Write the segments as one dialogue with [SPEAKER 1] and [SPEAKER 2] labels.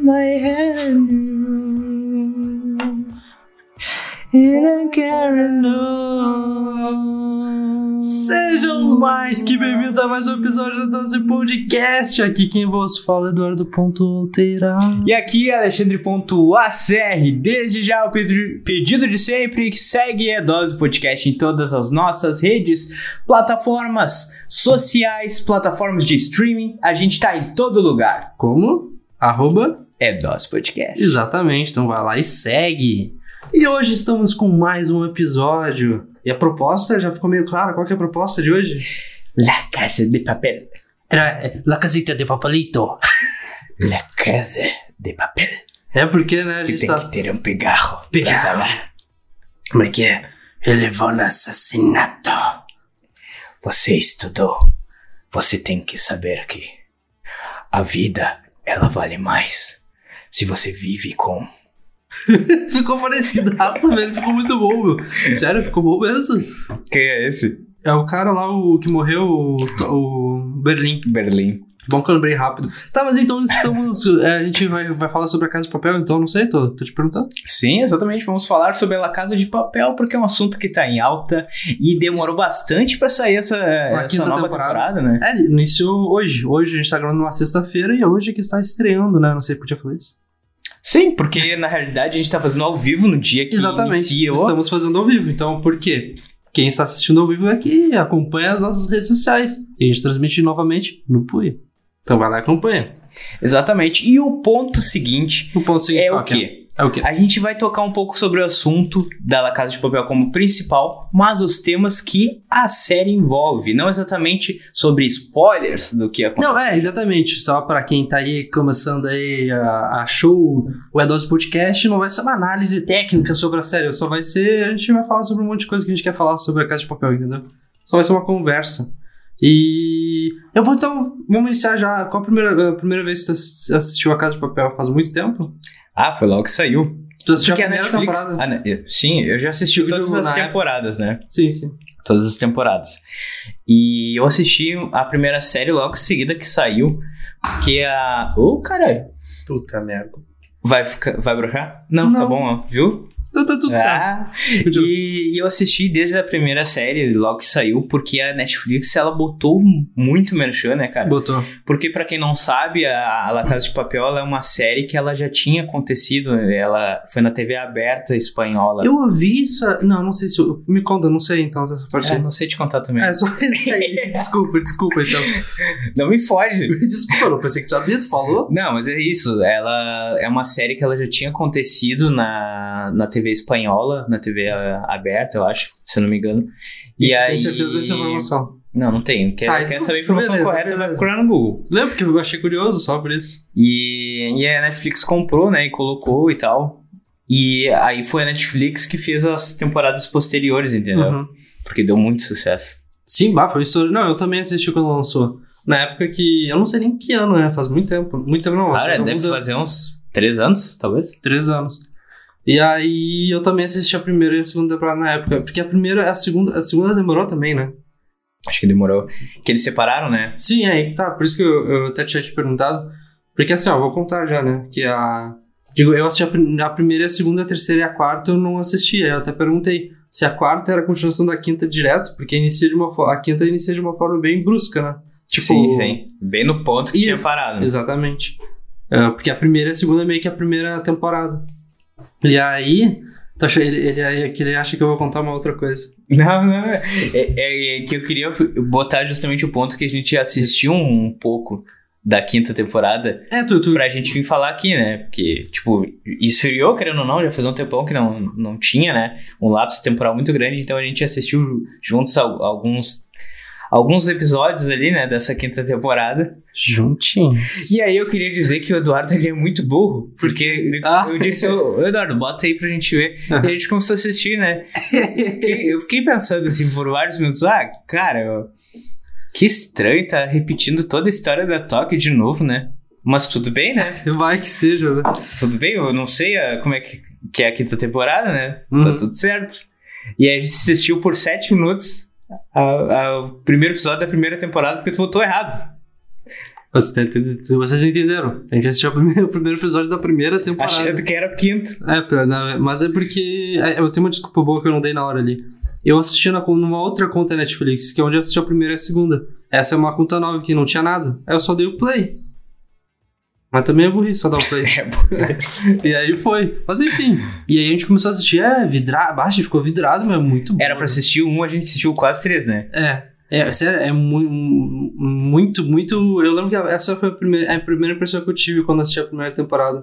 [SPEAKER 1] my hand. And I can't know.
[SPEAKER 2] Sejam mais que bem-vindos a mais um episódio do Doce Podcast. Aqui quem vos fala é Eduardo Ponto Alteira.
[SPEAKER 3] E aqui, Alexandre.acr, desde já o pedi- pedido de sempre, que segue a Dose Podcast em todas as nossas redes, plataformas sociais, plataformas de streaming, a gente tá em todo lugar.
[SPEAKER 2] Como? Arroba.
[SPEAKER 3] É Dose Podcast.
[SPEAKER 2] Exatamente, então vai lá e segue. E hoje estamos com mais um episódio. E a proposta já ficou meio clara? Qual que é a proposta de hoje?
[SPEAKER 3] La Casa de Papel.
[SPEAKER 2] Era é, La Casita de Papelito.
[SPEAKER 3] La Casa de Papel.
[SPEAKER 2] É porque, né, a
[SPEAKER 3] Que
[SPEAKER 2] gente
[SPEAKER 3] tem
[SPEAKER 2] tá...
[SPEAKER 3] que ter um pegarro.
[SPEAKER 2] Pegarro.
[SPEAKER 3] pra falar.
[SPEAKER 2] Como é que é? Ele vai no assassinato.
[SPEAKER 3] Você estudou. Você tem que saber que a vida, ela vale mais se você vive com...
[SPEAKER 2] Ficou parecidaço, velho. Ficou muito bom, meu. Sério, ficou bom mesmo.
[SPEAKER 3] Quem é esse?
[SPEAKER 2] É o cara lá, o que morreu, o, o Berlim.
[SPEAKER 3] Berlim.
[SPEAKER 2] Bom que eu lembrei rápido. Tá, mas então estamos. é, a gente vai, vai falar sobre a Casa de Papel, então não sei, tô, tô te perguntando.
[SPEAKER 3] Sim, exatamente. Vamos falar sobre a Casa de Papel, porque é um assunto que tá em alta e demorou bastante pra sair essa, essa
[SPEAKER 2] quinta
[SPEAKER 3] nova
[SPEAKER 2] temporada.
[SPEAKER 3] temporada, né?
[SPEAKER 2] É, iniciou hoje. Hoje a gente tá gravando numa sexta-feira e hoje é que está estreando, né? Não sei por que eu falei isso.
[SPEAKER 3] Sim, porque na realidade a gente tá fazendo ao vivo no dia que iniciou.
[SPEAKER 2] Estamos fazendo ao vivo, então por quê? Quem está assistindo ao vivo é que acompanha as nossas redes sociais. E a gente transmite novamente no Pui. Então vai lá e acompanha.
[SPEAKER 3] Exatamente. E o ponto seguinte
[SPEAKER 2] O ponto seguinte
[SPEAKER 3] é o
[SPEAKER 2] qual que
[SPEAKER 3] quê?
[SPEAKER 2] É o quê?
[SPEAKER 3] A gente vai tocar um pouco sobre o assunto da La Casa de Papel como principal, mas os temas que a série envolve, não exatamente sobre spoilers do que aconteceu.
[SPEAKER 2] Não, é, exatamente. Só pra quem tá aí começando aí a, a show, o Edose Podcast não vai ser uma análise técnica sobre a série, só vai ser. A gente vai falar sobre um monte de coisa que a gente quer falar sobre a Casa de Papel, entendeu? Só vai ser uma conversa. E eu vou então, vamos iniciar já. Qual a primeira, a primeira vez que tu ass- assistiu a Casa de Papel? Faz muito tempo?
[SPEAKER 3] Ah, foi logo que saiu.
[SPEAKER 2] Tu assistiu
[SPEAKER 3] Porque a
[SPEAKER 2] primeira
[SPEAKER 3] Netflix.
[SPEAKER 2] temporada?
[SPEAKER 3] Ah, né, eu- Sim, eu já assisti
[SPEAKER 2] Eu
[SPEAKER 3] todas
[SPEAKER 2] jogo
[SPEAKER 3] as
[SPEAKER 2] na época.
[SPEAKER 3] temporadas, né?
[SPEAKER 2] Sim, sim.
[SPEAKER 3] todas as temporadas. E eu assisti a primeira série logo em seguida que saiu, que é a. Ô, caralho!
[SPEAKER 2] Puta merda.
[SPEAKER 3] Vai, ficar, vai brochar? Não,
[SPEAKER 2] Não.
[SPEAKER 3] tá bom, ó, viu?
[SPEAKER 2] Então tá tudo certo.
[SPEAKER 3] Ah, E, e eu assisti desde a primeira série, logo que saiu, porque a Netflix ela botou muito merchan, né, cara?
[SPEAKER 2] Botou.
[SPEAKER 3] Porque pra quem não sabe, a, a La Casa de Papel ela é uma série que ela já tinha acontecido, ela foi na TV aberta espanhola.
[SPEAKER 2] Eu ouvi isso. Não, não sei se. eu- Me conta, não sei então essa parte
[SPEAKER 3] É,
[SPEAKER 2] aí.
[SPEAKER 3] não sei te contar também.
[SPEAKER 2] É só isso aí. Desculpa, desculpa então.
[SPEAKER 3] Não me foge.
[SPEAKER 2] Desculpa, eu não pensei que tu sabia, tu falou.
[SPEAKER 3] Não, mas é isso. Ela é uma série que ela já tinha acontecido na, na TV espanhola, na TV a- aberta, eu acho, se eu não me engano. E
[SPEAKER 2] Tenho
[SPEAKER 3] aí.
[SPEAKER 2] certeza dessa informação.
[SPEAKER 3] Não, não tenho. Quer,
[SPEAKER 2] Tá, então,
[SPEAKER 3] quer saber a informação
[SPEAKER 2] beleza,
[SPEAKER 3] correta, vai
[SPEAKER 2] beleza.
[SPEAKER 3] procurar no Google.
[SPEAKER 2] Lembra que eu achei curioso só por isso?
[SPEAKER 3] E, e a Netflix comprou, né? E colocou e tal. E aí foi a Netflix que fez as temporadas posteriores, entendeu?
[SPEAKER 2] Uhum.
[SPEAKER 3] Porque deu muito sucesso.
[SPEAKER 2] Sim, bah, foi história. Não, eu também assisti quando lançou. Na época que. Eu não sei nem que ano é, faz muito tempo. Muito tempo não.
[SPEAKER 3] Claro,
[SPEAKER 2] faz
[SPEAKER 3] deve
[SPEAKER 2] alguns anos,
[SPEAKER 3] fazer uns três anos, talvez.
[SPEAKER 2] Três anos. E aí eu também assisti a primeira e a segunda temporada na época. Porque a primeira, a segunda, a segunda demorou também, né?
[SPEAKER 3] Acho que demorou. Que eles separaram, né?
[SPEAKER 2] Sim, aí que tá. Por isso que eu, eu até tinha te perguntado. Porque assim, ó, vou contar já, né? Que a. Digo, eu assisti a, prim- a primeira, a segunda, a terceira e a quarta eu não assisti. Aí eu até perguntei se a quarta era a continuação da quinta direto, porque inicia de uma fo- a quinta inicia de uma forma bem brusca, né? Tipo,
[SPEAKER 3] sim, sim. Bem no ponto que tinha
[SPEAKER 2] Isso.
[SPEAKER 3] parado. né?
[SPEAKER 2] Exatamente. É, porque a primeira e a segunda é meio que a primeira temporada. E aí. tu acha- Ele, ele, é que ele acha que eu vou contar uma outra coisa.
[SPEAKER 3] Não, não. É, é- é que eu queria botar justamente o ponto que a gente assistiu um, pouco da quinta temporada
[SPEAKER 2] É, tu, tu
[SPEAKER 3] pra gente vir falar aqui, né? Porque, tipo, esfriou, querendo ou não, já fazia um tempão que não, não tinha, né? Um lapso temporal muito grande, então a gente assistiu juntos al- alguns. Alguns episódios ali, né, dessa quinta temporada.
[SPEAKER 2] Juntinho.
[SPEAKER 3] E aí eu queria dizer que o Eduardo ele é muito burro, porque ele-
[SPEAKER 2] Ah.
[SPEAKER 3] eu disse, "Ô, Eduardo, bota aí pra gente ver. E a gente começou a assistir, né? fiquei- eu fiquei pensando assim por vários minutos, ah, cara, eu- que estranho tá repetindo toda a história da Tóquio de novo, né? Mas tudo bem, né?
[SPEAKER 2] Vai que seja, né?
[SPEAKER 3] Tudo bem, eu não sei ah, como é que, que é a quinta temporada, né? Tá
[SPEAKER 2] Uhum.
[SPEAKER 3] tudo certo. E aí a gente assistiu por sete minutos a- a- o primeiro episódio da primeira temporada porque tu votou errado.
[SPEAKER 2] Vocês, têm- têm- têm- tá vocês entenderam? Tem que assistir o primeiro, o primeiro episódio da primeira temporada.
[SPEAKER 3] Achei que era o quinto.
[SPEAKER 2] É, pra- na- mas é porque. é, Eu tenho uma desculpa boa que eu não dei na hora ali. Eu assisti na, numa outra conta Netflix, que é onde eu assisti a primeira e a segunda. Essa é uma conta nova que não tinha nada. Aí eu só dei o play. Mas também é burrice só dar o play.
[SPEAKER 3] É, pô.
[SPEAKER 2] e aí foi. Mas enfim. E aí a gente começou a assistir. É, vidrado. A gente ficou vidrado, mas é muito bom.
[SPEAKER 3] Era pra assistir um, a gente assistiu quase três, né?
[SPEAKER 2] É. É, sério, é mu- mu- muito, muito. Eu lembro que essa foi a primeira, é a primeira impressão que eu tive quando assisti a primeira temporada.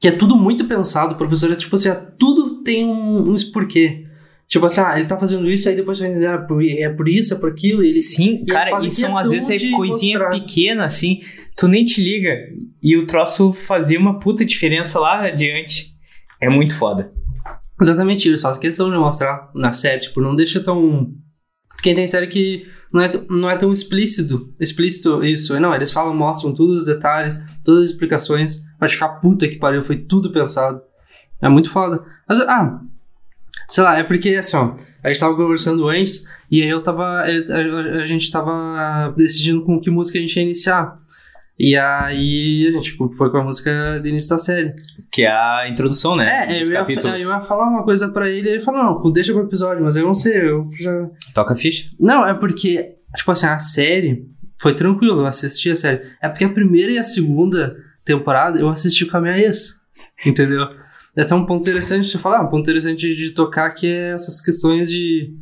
[SPEAKER 2] Que é tudo muito pensado, o professor é tipo assim, é, tudo tem um, uns porquê. Tipo assim, ah, ele tá fazendo isso, aí depois vai entender, ah, por- é por isso, é por aquilo, e ele.
[SPEAKER 3] Sim,
[SPEAKER 2] eles
[SPEAKER 3] cara,
[SPEAKER 2] fazem
[SPEAKER 3] e são às
[SPEAKER 2] questão
[SPEAKER 3] vezes é
[SPEAKER 2] de
[SPEAKER 3] coisinha
[SPEAKER 2] mostrar.
[SPEAKER 3] pequena, assim, tu nem te liga. E o troço fazia uma puta diferença lá adiante. É muito foda.
[SPEAKER 2] Exatamente isso, faz questão de mostrar na série, tipo, não deixa tão. Porque tem série que não é, t- não é tão explícito, explícito isso. Não, eles falam, mostram todos os detalhes, todas as explicações, pra te ficar puta que pariu, foi tudo pensado. É muito foda. Mas, ah, sei lá, é porque assim, ó, a gente tava conversando antes, e aí eu tava. eu- A, a gente tava decidindo com que música a gente ia iniciar. E aí a gente tipo, foi com a música do início da série.
[SPEAKER 3] Que é a introdução, né?
[SPEAKER 2] É, eu
[SPEAKER 3] Dos
[SPEAKER 2] ia,
[SPEAKER 3] capítulos.
[SPEAKER 2] eu ia falar uma coisa pra ele, ele falou, não, pô, deixa pro episódio, mas eu não sei, eu já...
[SPEAKER 3] Toca a ficha.
[SPEAKER 2] Não, é porque, tipo assim, a série foi tranquilo, eu assisti a série. É porque a primeira e a segunda temporada eu assisti com a minha ex, entendeu? É até um ponto interessante de falar, um ponto interessante de, de tocar que é essas questões de,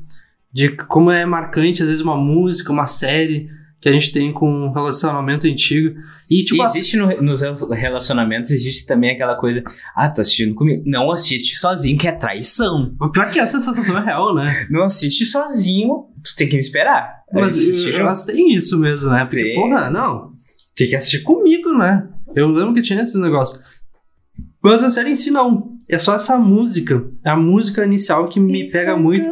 [SPEAKER 2] de como é marcante, às vezes, uma música, uma série que a gente tem com um relacionamento antigo. E, tipo,
[SPEAKER 3] e
[SPEAKER 2] a-
[SPEAKER 3] existe no- nos rel- relacionamentos, existe também aquela coisa, ah, tá assistindo comigo. Não assiste sozinho, que é traição.
[SPEAKER 2] o pior é que essa sensação é real, né?
[SPEAKER 3] Não assiste sozinho, tu tem que me esperar. Aí
[SPEAKER 2] Mas
[SPEAKER 3] assiste junto.
[SPEAKER 2] elas têm isso mesmo, né? Porque,
[SPEAKER 3] É Tem.
[SPEAKER 2] porra, não. Tem que assistir comigo, né? Eu lembro que tinha esses negócios. Mas a série em si não. É só essa música. É A música inicial que me
[SPEAKER 3] é
[SPEAKER 2] pega muito.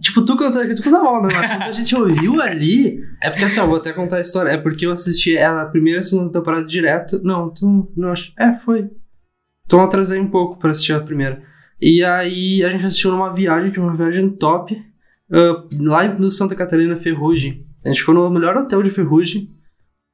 [SPEAKER 2] Tipo, tu cantando aqui, tu canta mal, né? Mas quando a gente ouviu ali. É porque assim, ó, vou até contar a história. É porque eu assisti ela a primeira e a segunda temporada direto. Não, tu não acho. É, foi. Então eu atrasei um pouco pra assistir a primeira. E aí a gente assistiu numa viagem, que é uma viagem top. ah, lá em- no Santa Catarina, Ferrugem. A gente ficou no melhor hotel de Ferrugem.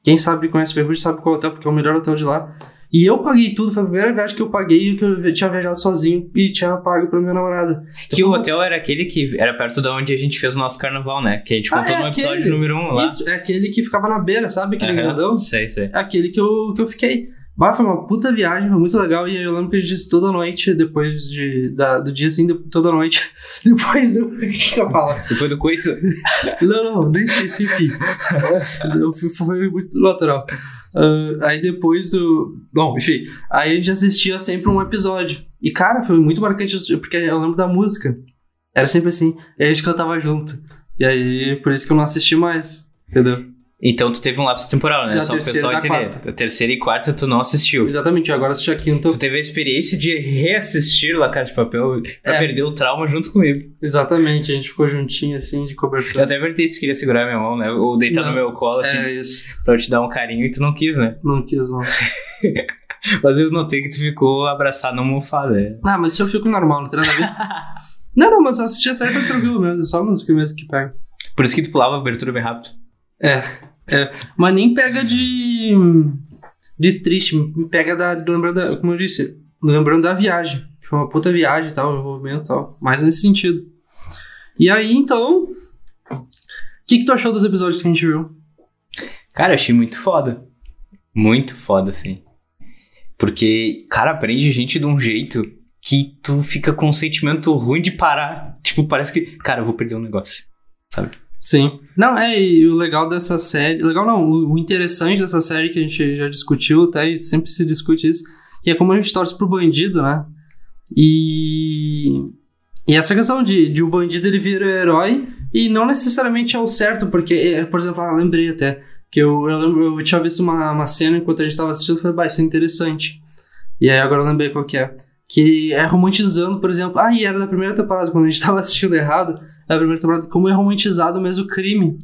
[SPEAKER 2] Quem sabe conhece Ferrugem sabe qual hotel, porque é o melhor hotel de lá. E eu paguei tudo, foi a primeira viagem que eu paguei que eu tinha viajado sozinho e tinha pago pra minha namorada.
[SPEAKER 3] Que o hotel era aquele que era perto da onde a gente fez o nosso carnaval, né? Que a gente
[SPEAKER 2] Ah,
[SPEAKER 3] contou
[SPEAKER 2] é
[SPEAKER 3] no episódio
[SPEAKER 2] aquele.
[SPEAKER 3] número 1 um lá.
[SPEAKER 2] Isso, é aquele que ficava na beira, sabe? Aquele
[SPEAKER 3] Aham,
[SPEAKER 2] grandão. É
[SPEAKER 3] Sei, sei.
[SPEAKER 2] aquele que eu, que eu fiquei. Bah, foi uma puta viagem, foi muito legal. E eu lembro que a gente disse toda noite, depois de, da- do dia assim, de- toda noite, depois do. O que, que eu falo?
[SPEAKER 3] Depois do coito.
[SPEAKER 2] Não, não, nem sei se enfim. Eu fui- Foi muito natural. Ah, aí depois do. Bom, enfim. Aí a gente assistia sempre um episódio. E, cara, foi muito marcante, porque eu lembro da música. Era sempre assim. E a gente cantava junto. E aí, por isso que eu não assisti mais. Entendeu?
[SPEAKER 3] Então tu teve um lapso temporal, né?
[SPEAKER 2] Da
[SPEAKER 3] Só o
[SPEAKER 2] terceira
[SPEAKER 3] pessoal
[SPEAKER 2] e da
[SPEAKER 3] entender.
[SPEAKER 2] quarta.
[SPEAKER 3] Da terceira e quarta tu não assistiu.
[SPEAKER 2] Exatamente, agora assisti a quinta.
[SPEAKER 3] Tu teve a experiência de reassistir La Casa de Papel pra
[SPEAKER 2] É.
[SPEAKER 3] perder o trauma junto comigo.
[SPEAKER 2] Exatamente, a gente ficou juntinho assim de
[SPEAKER 3] Eu
[SPEAKER 2] cobertura.
[SPEAKER 3] até perguntei se queria segurar minha mão, né? Ou deitar
[SPEAKER 2] Não.
[SPEAKER 3] no meu colo, assim,
[SPEAKER 2] É isso.
[SPEAKER 3] pra eu te dar um carinho e tu não quis, né?
[SPEAKER 2] Não quis, não.
[SPEAKER 3] Mas eu notei que tu ficou abraçado numa almofada. né?
[SPEAKER 2] Ah, mas isso eu fico normal, não tem nada a ver. não, não, mas assistir a série foi tranquilo mesmo, só a música mesmo que pega.
[SPEAKER 3] Por isso que tu pulava a abertura bem rápido.
[SPEAKER 2] Mas nem pega de. de triste, me pega da. de lembrar da. como eu disse, lembrando da viagem. que Foi uma puta viagem e tal, envolvimento e tal. Mas nesse sentido. E aí, então. O que, que tu achou dos episódios que a gente viu?
[SPEAKER 3] Cara, eu achei muito foda. Muito foda, assim. Porque, cara, prende gente de um jeito que tu fica com um sentimento ruim de parar. Tipo, parece que, cara, eu vou perder um negócio.
[SPEAKER 2] Sim. Não, é, e o legal dessa série. Legal não, o o interessante dessa série que a gente já discutiu, até e sempre se discute isso, que é como a gente torce pro bandido, né? E. E essa questão de, de o bandido ele vira o herói, e não necessariamente é o certo, porque, é, por exemplo, ah, lembrei até, que eu, eu, lembro- eu tinha visto uma, uma cena enquanto a gente tava assistindo, eu falei, bah, isso é interessante. E aí agora eu lembrei qual que é. Que é romantizando, por exemplo, ah, e era da primeira temporada, quando a gente tava assistindo errado, da primeira temporada, como é romantizado mesmo o crime.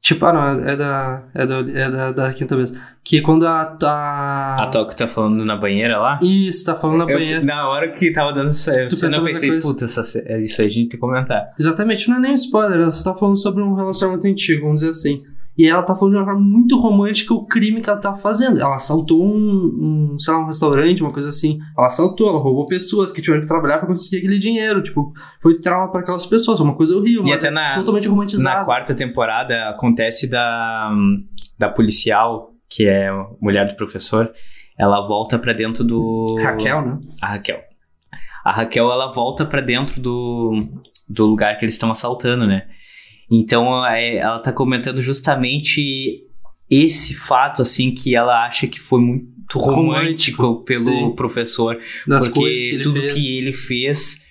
[SPEAKER 2] Tipo, ah, não, é da, é da, é da, da quinta vez. Que quando a. a...
[SPEAKER 3] A Toca tá falando na banheira lá?
[SPEAKER 2] Isso, tá falando Ah. na
[SPEAKER 3] Eu-
[SPEAKER 2] banheira.
[SPEAKER 3] na hora que tava dando essa
[SPEAKER 2] Tu
[SPEAKER 3] cena, eu
[SPEAKER 2] pensou nessa
[SPEAKER 3] pensei,
[SPEAKER 2] coisa?
[SPEAKER 3] puta, essa ce- é isso aí a gente tem que comentar.
[SPEAKER 2] Exatamente, não é nem spoiler, ela só tá falando sobre um relacionamento um antigo, vamos dizer assim. E ela tá falando de uma forma muito romântica o crime que ela tá fazendo. Ela assaltou um, um sei lá, um restaurante, uma coisa assim. Ela assaltou, ela roubou pessoas que tiveram que trabalhar pra conseguir aquele dinheiro. Tipo, foi trauma pra aquelas pessoas, uma coisa horrível.
[SPEAKER 3] E
[SPEAKER 2] mas é
[SPEAKER 3] até na,
[SPEAKER 2] totalmente
[SPEAKER 3] na
[SPEAKER 2] romantizado.
[SPEAKER 3] quarta temporada acontece da, da policial, que é mulher do professor, ela volta pra dentro do.
[SPEAKER 2] Raquel, né?
[SPEAKER 3] A Raquel. A Raquel, ela volta pra dentro do, do lugar que eles estão assaltando, né? Então, é, ela tá comentando justamente esse fato, assim, que ela acha que foi muito romântico,
[SPEAKER 2] Romântico,
[SPEAKER 3] pelo
[SPEAKER 2] sim.
[SPEAKER 3] professor.
[SPEAKER 2] Das coisas que
[SPEAKER 3] porque
[SPEAKER 2] ele
[SPEAKER 3] tudo
[SPEAKER 2] fez.
[SPEAKER 3] que ele fez,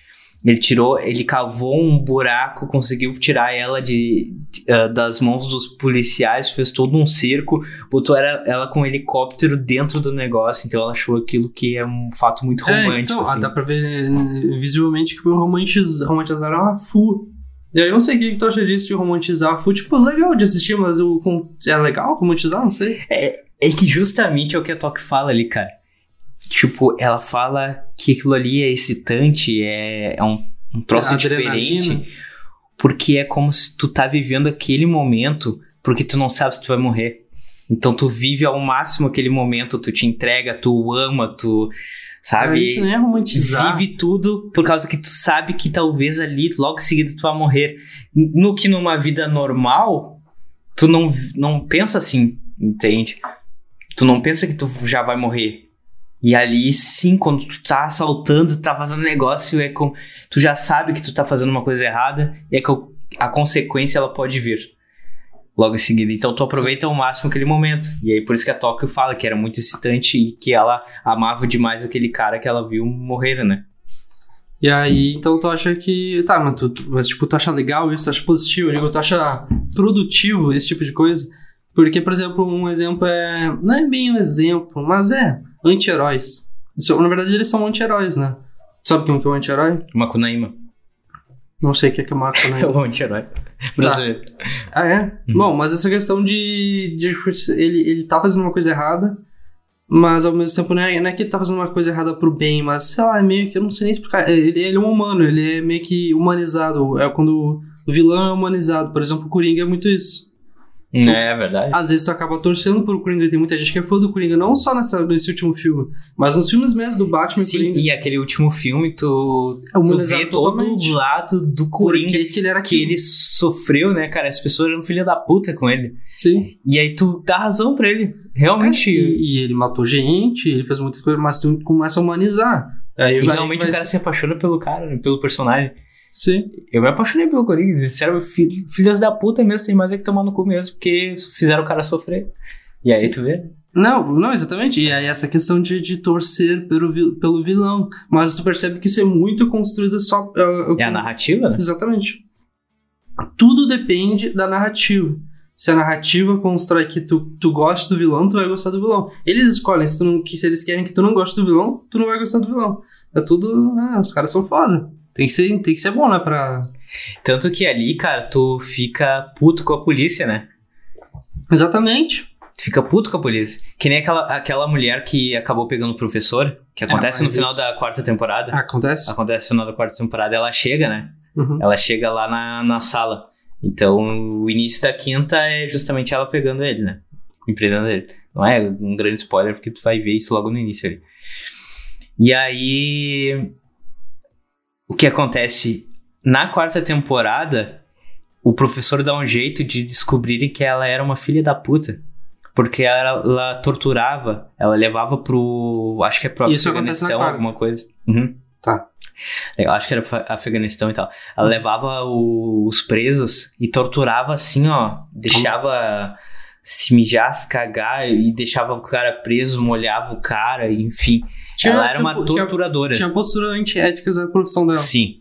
[SPEAKER 3] ele tirou, ele cavou um buraco, conseguiu tirar ela de, de- ah, das mãos dos policiais, fez todo um circo, botou ela, ela com um helicóptero dentro do negócio, então ela achou aquilo que é um fato muito
[SPEAKER 2] É,
[SPEAKER 3] romântico.
[SPEAKER 2] então, ah,
[SPEAKER 3] assim.
[SPEAKER 2] dá pra ver eh, visualmente que foi romantiz, romantizaram a Fu. E aí, Eu não sei o que que tu acha disso de romantizar a Fu. Tipo, legal de assistir, mas eu, com- é legal romantizar? Não sei.
[SPEAKER 3] É que justamente é o que a Tok fala ali, cara. Tipo, ela fala que aquilo ali é excitante, é, é um, um troço
[SPEAKER 2] Adrenalina.
[SPEAKER 3] diferente. porque é como se tu tá vivendo aquele momento, porque tu não sabe se tu vai morrer. Então tu vive ao máximo aquele momento, tu te entrega, tu ama, tu
[SPEAKER 2] Cara, isso
[SPEAKER 3] sabe,
[SPEAKER 2] nem é romantizar.
[SPEAKER 3] vive tudo por causa que tu sabe que talvez ali logo em seguida tu vai morrer. No que numa vida normal, tu não não pensa assim, entende? Tu não pensa que tu já vai morrer. E ali sim, quando tu tá assaltando, tu tá fazendo negócio, é com... tu já sabe que tu tá fazendo uma coisa errada e é que o- a consequência ela pode vir logo em seguida. Então tu aproveita ao máximo aquele momento. E aí por isso que a Tóquio fala que era muito excitante e que ela amava demais aquele cara que ela viu morrer, né?
[SPEAKER 2] E aí, então tu acha que. Tá, mas, tu, tu- mas tipo, tu acha legal isso, tu acha positivo, eu digo, tu acha produtivo esse tipo de coisa. Porque, por exemplo, um exemplo é. Não é bem um exemplo, mas é. Anti-heróis. Isso- Na verdade, eles são anti-heróis, né? Tu sabe quem que é um anti-herói?
[SPEAKER 3] Uma Kunaíma.
[SPEAKER 2] Não sei o que é que o Marco né?
[SPEAKER 3] É o Tá. anti-herói. Brasileiro.
[SPEAKER 2] Ah, é?
[SPEAKER 3] Uhum.
[SPEAKER 2] Bom, mas essa questão de. de ele, ele tá fazendo uma coisa errada, mas ao mesmo tempo não é, não é que ele tá fazendo uma coisa errada pro bem, mas sei lá, é meio que. Eu não sei nem explicar. Ele, ele é um humano, ele é meio que humanizado. É quando o vilão é humanizado. Por exemplo, o Coringa é muito isso.
[SPEAKER 3] É, verdade.
[SPEAKER 2] Às vezes tu acaba torcendo pro Coringa, tem muita gente que é fã do Coringa, não só nessa, nesse último filme, mas nos filmes mesmo do Batman e
[SPEAKER 3] Sim,
[SPEAKER 2] Coringa.
[SPEAKER 3] e aquele último filme, tu,
[SPEAKER 2] É
[SPEAKER 3] tu
[SPEAKER 2] humanizado
[SPEAKER 3] vê todo
[SPEAKER 2] totalmente.
[SPEAKER 3] o lado do Coringa
[SPEAKER 2] Porque que ele era
[SPEAKER 3] que
[SPEAKER 2] aquilo.
[SPEAKER 3] ele sofreu, né, cara? As pessoas eram filha da puta com ele.
[SPEAKER 2] Sim.
[SPEAKER 3] E aí tu dá razão pra ele. Realmente.
[SPEAKER 2] E, e ele matou gente, ele fez muitas coisas, mas tu começa a humanizar. É, Aí
[SPEAKER 3] e
[SPEAKER 2] vai-
[SPEAKER 3] realmente
[SPEAKER 2] vai-
[SPEAKER 3] o cara se apaixona pelo cara, né, pelo personagem.
[SPEAKER 2] Sim.
[SPEAKER 3] Eu me apaixonei pelo Coringa. Disseram, "Fil- filhas da puta mesmo, tem mais é que tomar no cu mesmo, porque fizeram o cara sofrer. E aí
[SPEAKER 2] Sim.
[SPEAKER 3] tu vê.
[SPEAKER 2] Não, não, exatamente. E aí essa questão de, de torcer pelo, vil- pelo vilão. Mas tu percebe que isso é muito construído só. é,
[SPEAKER 3] É a narrativa, né?
[SPEAKER 2] Exatamente. Tudo depende da narrativa. Se a narrativa constrói que tu, tu gosta do vilão, tu vai gostar do vilão. Eles escolhem, se, tu não, que, se eles querem que tu não goste do vilão, tu não vai gostar do vilão. É tudo. Ah, os caras são foda. Tem que ser, tem que ser bom, né? Pra,
[SPEAKER 3] Tanto que ali, cara, tu fica puto com a polícia, né?
[SPEAKER 2] Exatamente.
[SPEAKER 3] Tu fica puto com a polícia. Que nem aquela, aquela mulher que acabou pegando o professor, que acontece no
[SPEAKER 2] mas
[SPEAKER 3] final
[SPEAKER 2] isso- Ah,
[SPEAKER 3] da quarta temporada.
[SPEAKER 2] Acontece? Uhum.
[SPEAKER 3] Acontece no final da quarta temporada, ela chega, né? Ela chega lá na, na sala. Então, o início da quinta é justamente ela pegando ele, né? Empreendendo ele. Não é um grande spoiler, porque tu vai ver isso logo no início ali. E aí. O que acontece? Na quarta temporada, o professor dá um jeito de descobrirem que ela era uma filha da puta. Porque ela, ela torturava, ela levava pro. Acho que é pro
[SPEAKER 2] Isso acontece na
[SPEAKER 3] Afeganistão,
[SPEAKER 2] quarta.
[SPEAKER 3] alguma coisa. Uhum.
[SPEAKER 2] Tá.
[SPEAKER 3] Eu acho que era pro Afeganistão e tal. Ela levava o- os presos e torturava assim, ó. Deixava se mijar, se cagar e deixava o cara preso, molhava o cara, enfim. ela era uma torturadora.
[SPEAKER 2] tipo, Tinha, postura antiética da profissão dela.
[SPEAKER 3] Sim.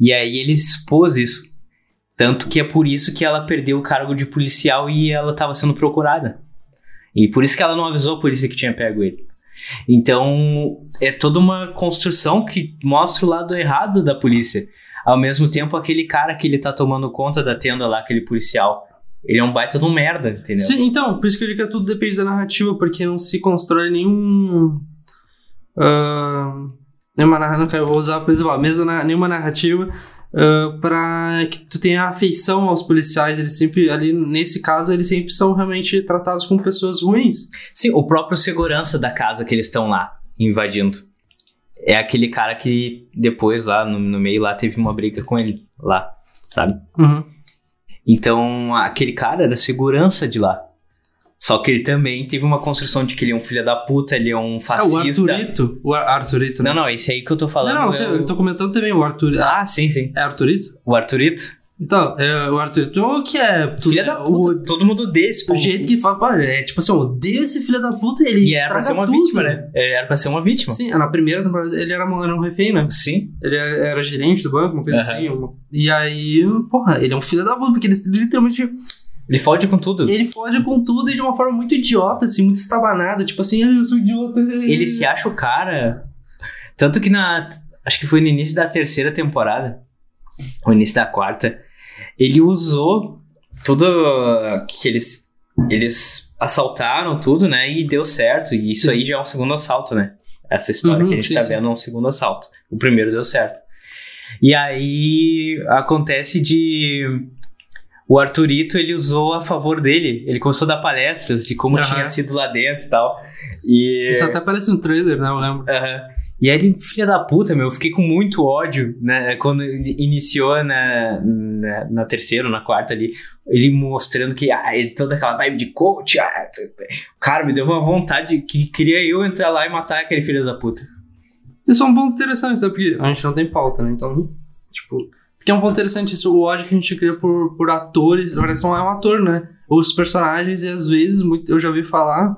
[SPEAKER 3] E aí ele expôs isso. Tanto que é por isso que ela perdeu o cargo de policial e ela estava sendo procurada. E por isso que ela não avisou a polícia que tinha pego ele. Então, é toda uma construção que mostra o lado errado da polícia. Ao mesmo tempo, aquele cara que ele tá tomando conta da tenda lá, aquele policial, ele é um baita de um merda, entendeu?
[SPEAKER 2] Sim, então, por isso que eu digo que tudo depende da narrativa, porque não se constrói nenhum. ah, nenhuma narrativa. Não, eu vou usar a mesma, mesma na- nenhuma narrativa ah, pra que tu tenha afeição aos policiais. Eles sempre, ali nesse caso, eles sempre são realmente tratados como pessoas ruins.
[SPEAKER 3] Sim, o próprio segurança da casa que eles estão lá invadindo. É aquele cara que depois lá no, no meio lá teve uma briga com ele lá, sabe? Então aquele cara era segurança de lá. Só que ele também teve uma construção de que ele é um filho da puta, ele é um
[SPEAKER 2] É, o
[SPEAKER 3] fascista.
[SPEAKER 2] Arthurito. O Ar- Arthurito, né?
[SPEAKER 3] não, não, esse aí que eu tô falando.
[SPEAKER 2] Não, não,
[SPEAKER 3] é
[SPEAKER 2] sei,
[SPEAKER 3] o-
[SPEAKER 2] eu tô comentando também o Arthur.
[SPEAKER 3] Ah, sim, sim.
[SPEAKER 2] É Arthurito?
[SPEAKER 3] O Arthurito.
[SPEAKER 2] Então, é, o Arthurito é o que é. tu-
[SPEAKER 3] Filha da puta.
[SPEAKER 2] O,
[SPEAKER 3] todo mundo desse,
[SPEAKER 2] o jeito que fala, pá, é tipo assim, eu odeio esse filho da puta, ele
[SPEAKER 3] E era pra
[SPEAKER 2] estraga
[SPEAKER 3] ser uma
[SPEAKER 2] tudo.
[SPEAKER 3] vítima, né? Ele Era pra ser uma vítima.
[SPEAKER 2] Sim, na primeira temporada ele era, um- era um refém, né?
[SPEAKER 3] Sim.
[SPEAKER 2] Ele era, era gerente do banco, uma coisa
[SPEAKER 3] Aham.
[SPEAKER 2] assim. uma- E aí, porra, ele é um filho da puta, porque ele literalmente.
[SPEAKER 3] Ele fode com tudo.
[SPEAKER 2] Ele foge com tudo e de uma forma muito idiota, assim, muito estabanada. Tipo assim, "Ah, eu sou idiota.
[SPEAKER 3] ele se acha o cara. Tanto que na. Acho que foi no início da terceira temporada, ou início da quarta, ele usou tudo que eles. Eles assaltaram tudo, né? E deu certo. E isso aí já é um segundo assalto, né? Essa história
[SPEAKER 2] Uhum,
[SPEAKER 3] que a gente
[SPEAKER 2] sim,
[SPEAKER 3] tá
[SPEAKER 2] sim.
[SPEAKER 3] vendo é um segundo assalto. O primeiro deu certo. E aí acontece de. O Arthurito ele usou a favor dele. Ele começou a dar palestras de como
[SPEAKER 2] Aham.
[SPEAKER 3] tinha sido lá dentro e tal. E...
[SPEAKER 2] Isso até parece um trailer, né? Eu lembro.
[SPEAKER 3] Aham. E aí, ele, filha da puta, meu, eu fiquei com muito ódio, né? Quando ele iniciou na, na, na terceira ou na quarta ali, ele mostrando que ah, ele- toda aquela vibe de coach, ah, t- t- cara, me deu uma vontade que queria eu entrar lá e matar aquele filho da puta.
[SPEAKER 2] Isso é um ponto interessante, sabe? Porque a gente não tem pauta, né? Então, tipo. Porque é um ponto interessante isso, o ódio que a gente cria por, por atores. Na verdade, são é um ator, né? Os personagens, e às vezes, muito, eu já ouvi falar.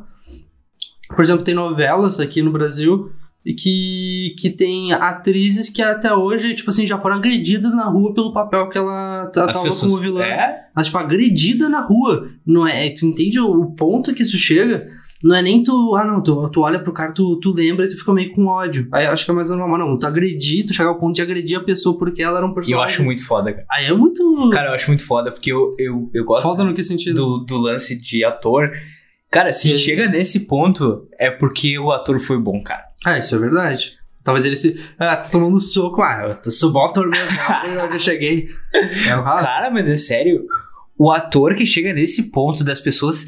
[SPEAKER 2] Por exemplo, tem novelas aqui no Brasil e que, que tem atrizes que até hoje, tipo assim, já foram agredidas na rua pelo papel que ela tá- tava como vilã.
[SPEAKER 3] É?
[SPEAKER 2] Mas, tipo, agredida na rua. Não é, tu entende o, o ponto que isso chega? Não é nem tu, ah não, tu, tu olha pro cara, tu, tu lembra e tu fica meio com ódio. Aí eu acho que é mais normal, mas não, tu agredir, tu chegar ao ponto de agredir a pessoa porque ela era um
[SPEAKER 3] E eu
[SPEAKER 2] personagem.
[SPEAKER 3] acho muito foda, cara.
[SPEAKER 2] Aí é muito.
[SPEAKER 3] Cara, eu acho muito foda, porque eu, eu, eu gosto
[SPEAKER 2] Foda no que sentido?
[SPEAKER 3] do, do lance de ator. Cara, se
[SPEAKER 2] Sim.
[SPEAKER 3] chega nesse ponto, é porque o ator foi bom, cara.
[SPEAKER 2] Ah, isso é verdade. Talvez ele se. Ah, tá tomando soco. Ah, eu tô- sou bom ator mesmo, né? eu já cheguei. É o rato.
[SPEAKER 3] Cara, mas é sério. O ator que chega nesse ponto das pessoas.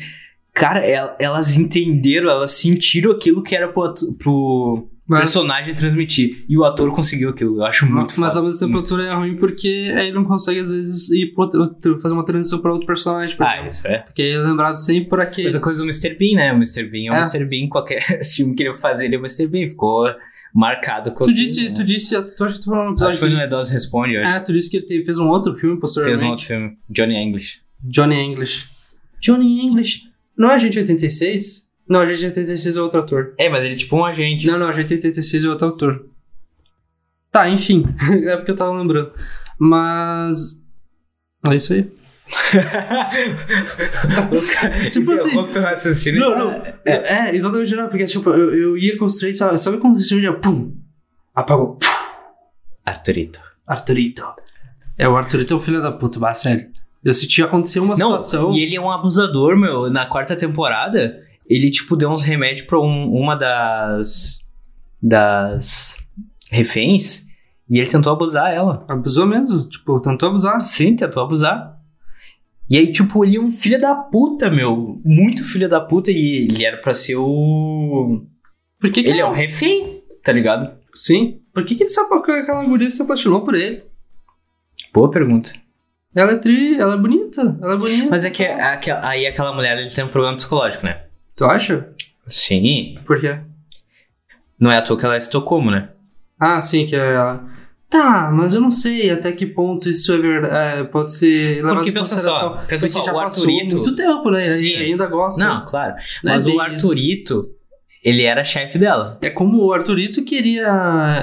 [SPEAKER 3] Cara, el- elas entenderam, elas sentiram aquilo que era pro, atu- pro
[SPEAKER 2] Mas,
[SPEAKER 3] personagem transmitir. E o ator conseguiu aquilo. Eu acho muito
[SPEAKER 2] mas
[SPEAKER 3] foda.
[SPEAKER 2] ao mesmo tempo o ator é ruim porque aí ele não consegue, às vezes, ir pro outro- fazer uma transição pra outro personagem. por
[SPEAKER 3] Ah,
[SPEAKER 2] exemplo.
[SPEAKER 3] isso é.
[SPEAKER 2] Porque ele é lembrado sempre por aquele.
[SPEAKER 3] Mesma coisa do Mr. Bean, né? O Mr. Bean é o
[SPEAKER 2] É.
[SPEAKER 3] Mr. Bean. Qualquer filme que ele fazer, ele é o Mr. Bean. Ficou marcado com né.
[SPEAKER 2] Tu disse, tu disse, tu acha que tu falou no
[SPEAKER 3] Acho que
[SPEAKER 2] episódio
[SPEAKER 3] foi no
[SPEAKER 2] disso.
[SPEAKER 3] Edose Responde hoje.
[SPEAKER 2] Ah, tu disse que ele teve- fez um outro
[SPEAKER 3] Fez
[SPEAKER 2] filme
[SPEAKER 3] um
[SPEAKER 2] posteriormente.
[SPEAKER 3] outro filme. Johnny English.
[SPEAKER 2] Johnny English. Johnny English. Não é Agente 86? Não, Agente 86 é outro ator.
[SPEAKER 3] É, mas ele é tipo um agente.
[SPEAKER 2] Não, não, Agente 86 é outro ator. Tá, enfim. é porque eu tava lembrando. Mas. É isso aí.
[SPEAKER 3] tipo
[SPEAKER 2] assim,
[SPEAKER 3] assim.
[SPEAKER 2] Não, não. É, exatamente não, porque tipo, eu, eu ia construir, sabe, sabe quando o filme já. Pum! Apagou.
[SPEAKER 3] Arturito.
[SPEAKER 2] Arthurito. É, o Arthurito é um filho da puta, mas sério. Eu senti acontecer uma
[SPEAKER 3] Não,
[SPEAKER 2] situação.
[SPEAKER 3] E ele é um abusador, meu. Na quarta temporada, ele, tipo, deu uns remédios pra um- uma das. das. reféns. E ele tentou abusar ela.
[SPEAKER 2] Abusou mesmo, tipo, tentou abusar.
[SPEAKER 3] Sim, tentou abusar. E aí, tipo, ele é um filho da puta, meu. Muito filho da puta. E ele era pra ser o.
[SPEAKER 2] Por que, que
[SPEAKER 3] Ele é um refém, tá ligado?
[SPEAKER 2] Sim. Por que, que ele se apaixonou aquela guria se apaixonou por ele?
[SPEAKER 3] Boa pergunta.
[SPEAKER 2] Ela é tri, ela é bonita, ela é bonita.
[SPEAKER 3] Mas é que a- que- aí aquela mulher ele tem um problema psicológico, né?
[SPEAKER 2] Tu acha?
[SPEAKER 3] Sim.
[SPEAKER 2] Por quê?
[SPEAKER 3] Não é à toa que ela é Estocolmo, né?
[SPEAKER 2] Ah, sim, que é ela. Tá, mas eu não sei até que ponto isso é verdade. pode ser levado
[SPEAKER 3] Porque
[SPEAKER 2] em
[SPEAKER 3] pensa
[SPEAKER 2] consideração.
[SPEAKER 3] só, pensa
[SPEAKER 2] Porque
[SPEAKER 3] só,
[SPEAKER 2] já
[SPEAKER 3] o
[SPEAKER 2] passou
[SPEAKER 3] Arthurito-
[SPEAKER 2] muito tempo, né?
[SPEAKER 3] Sim.
[SPEAKER 2] E ainda gosta.
[SPEAKER 3] Não, claro.
[SPEAKER 2] Não é
[SPEAKER 3] Mas
[SPEAKER 2] bem
[SPEAKER 3] o
[SPEAKER 2] isso.
[SPEAKER 3] Arthurito, ele era chefe dela.
[SPEAKER 2] É como o Arthurito queria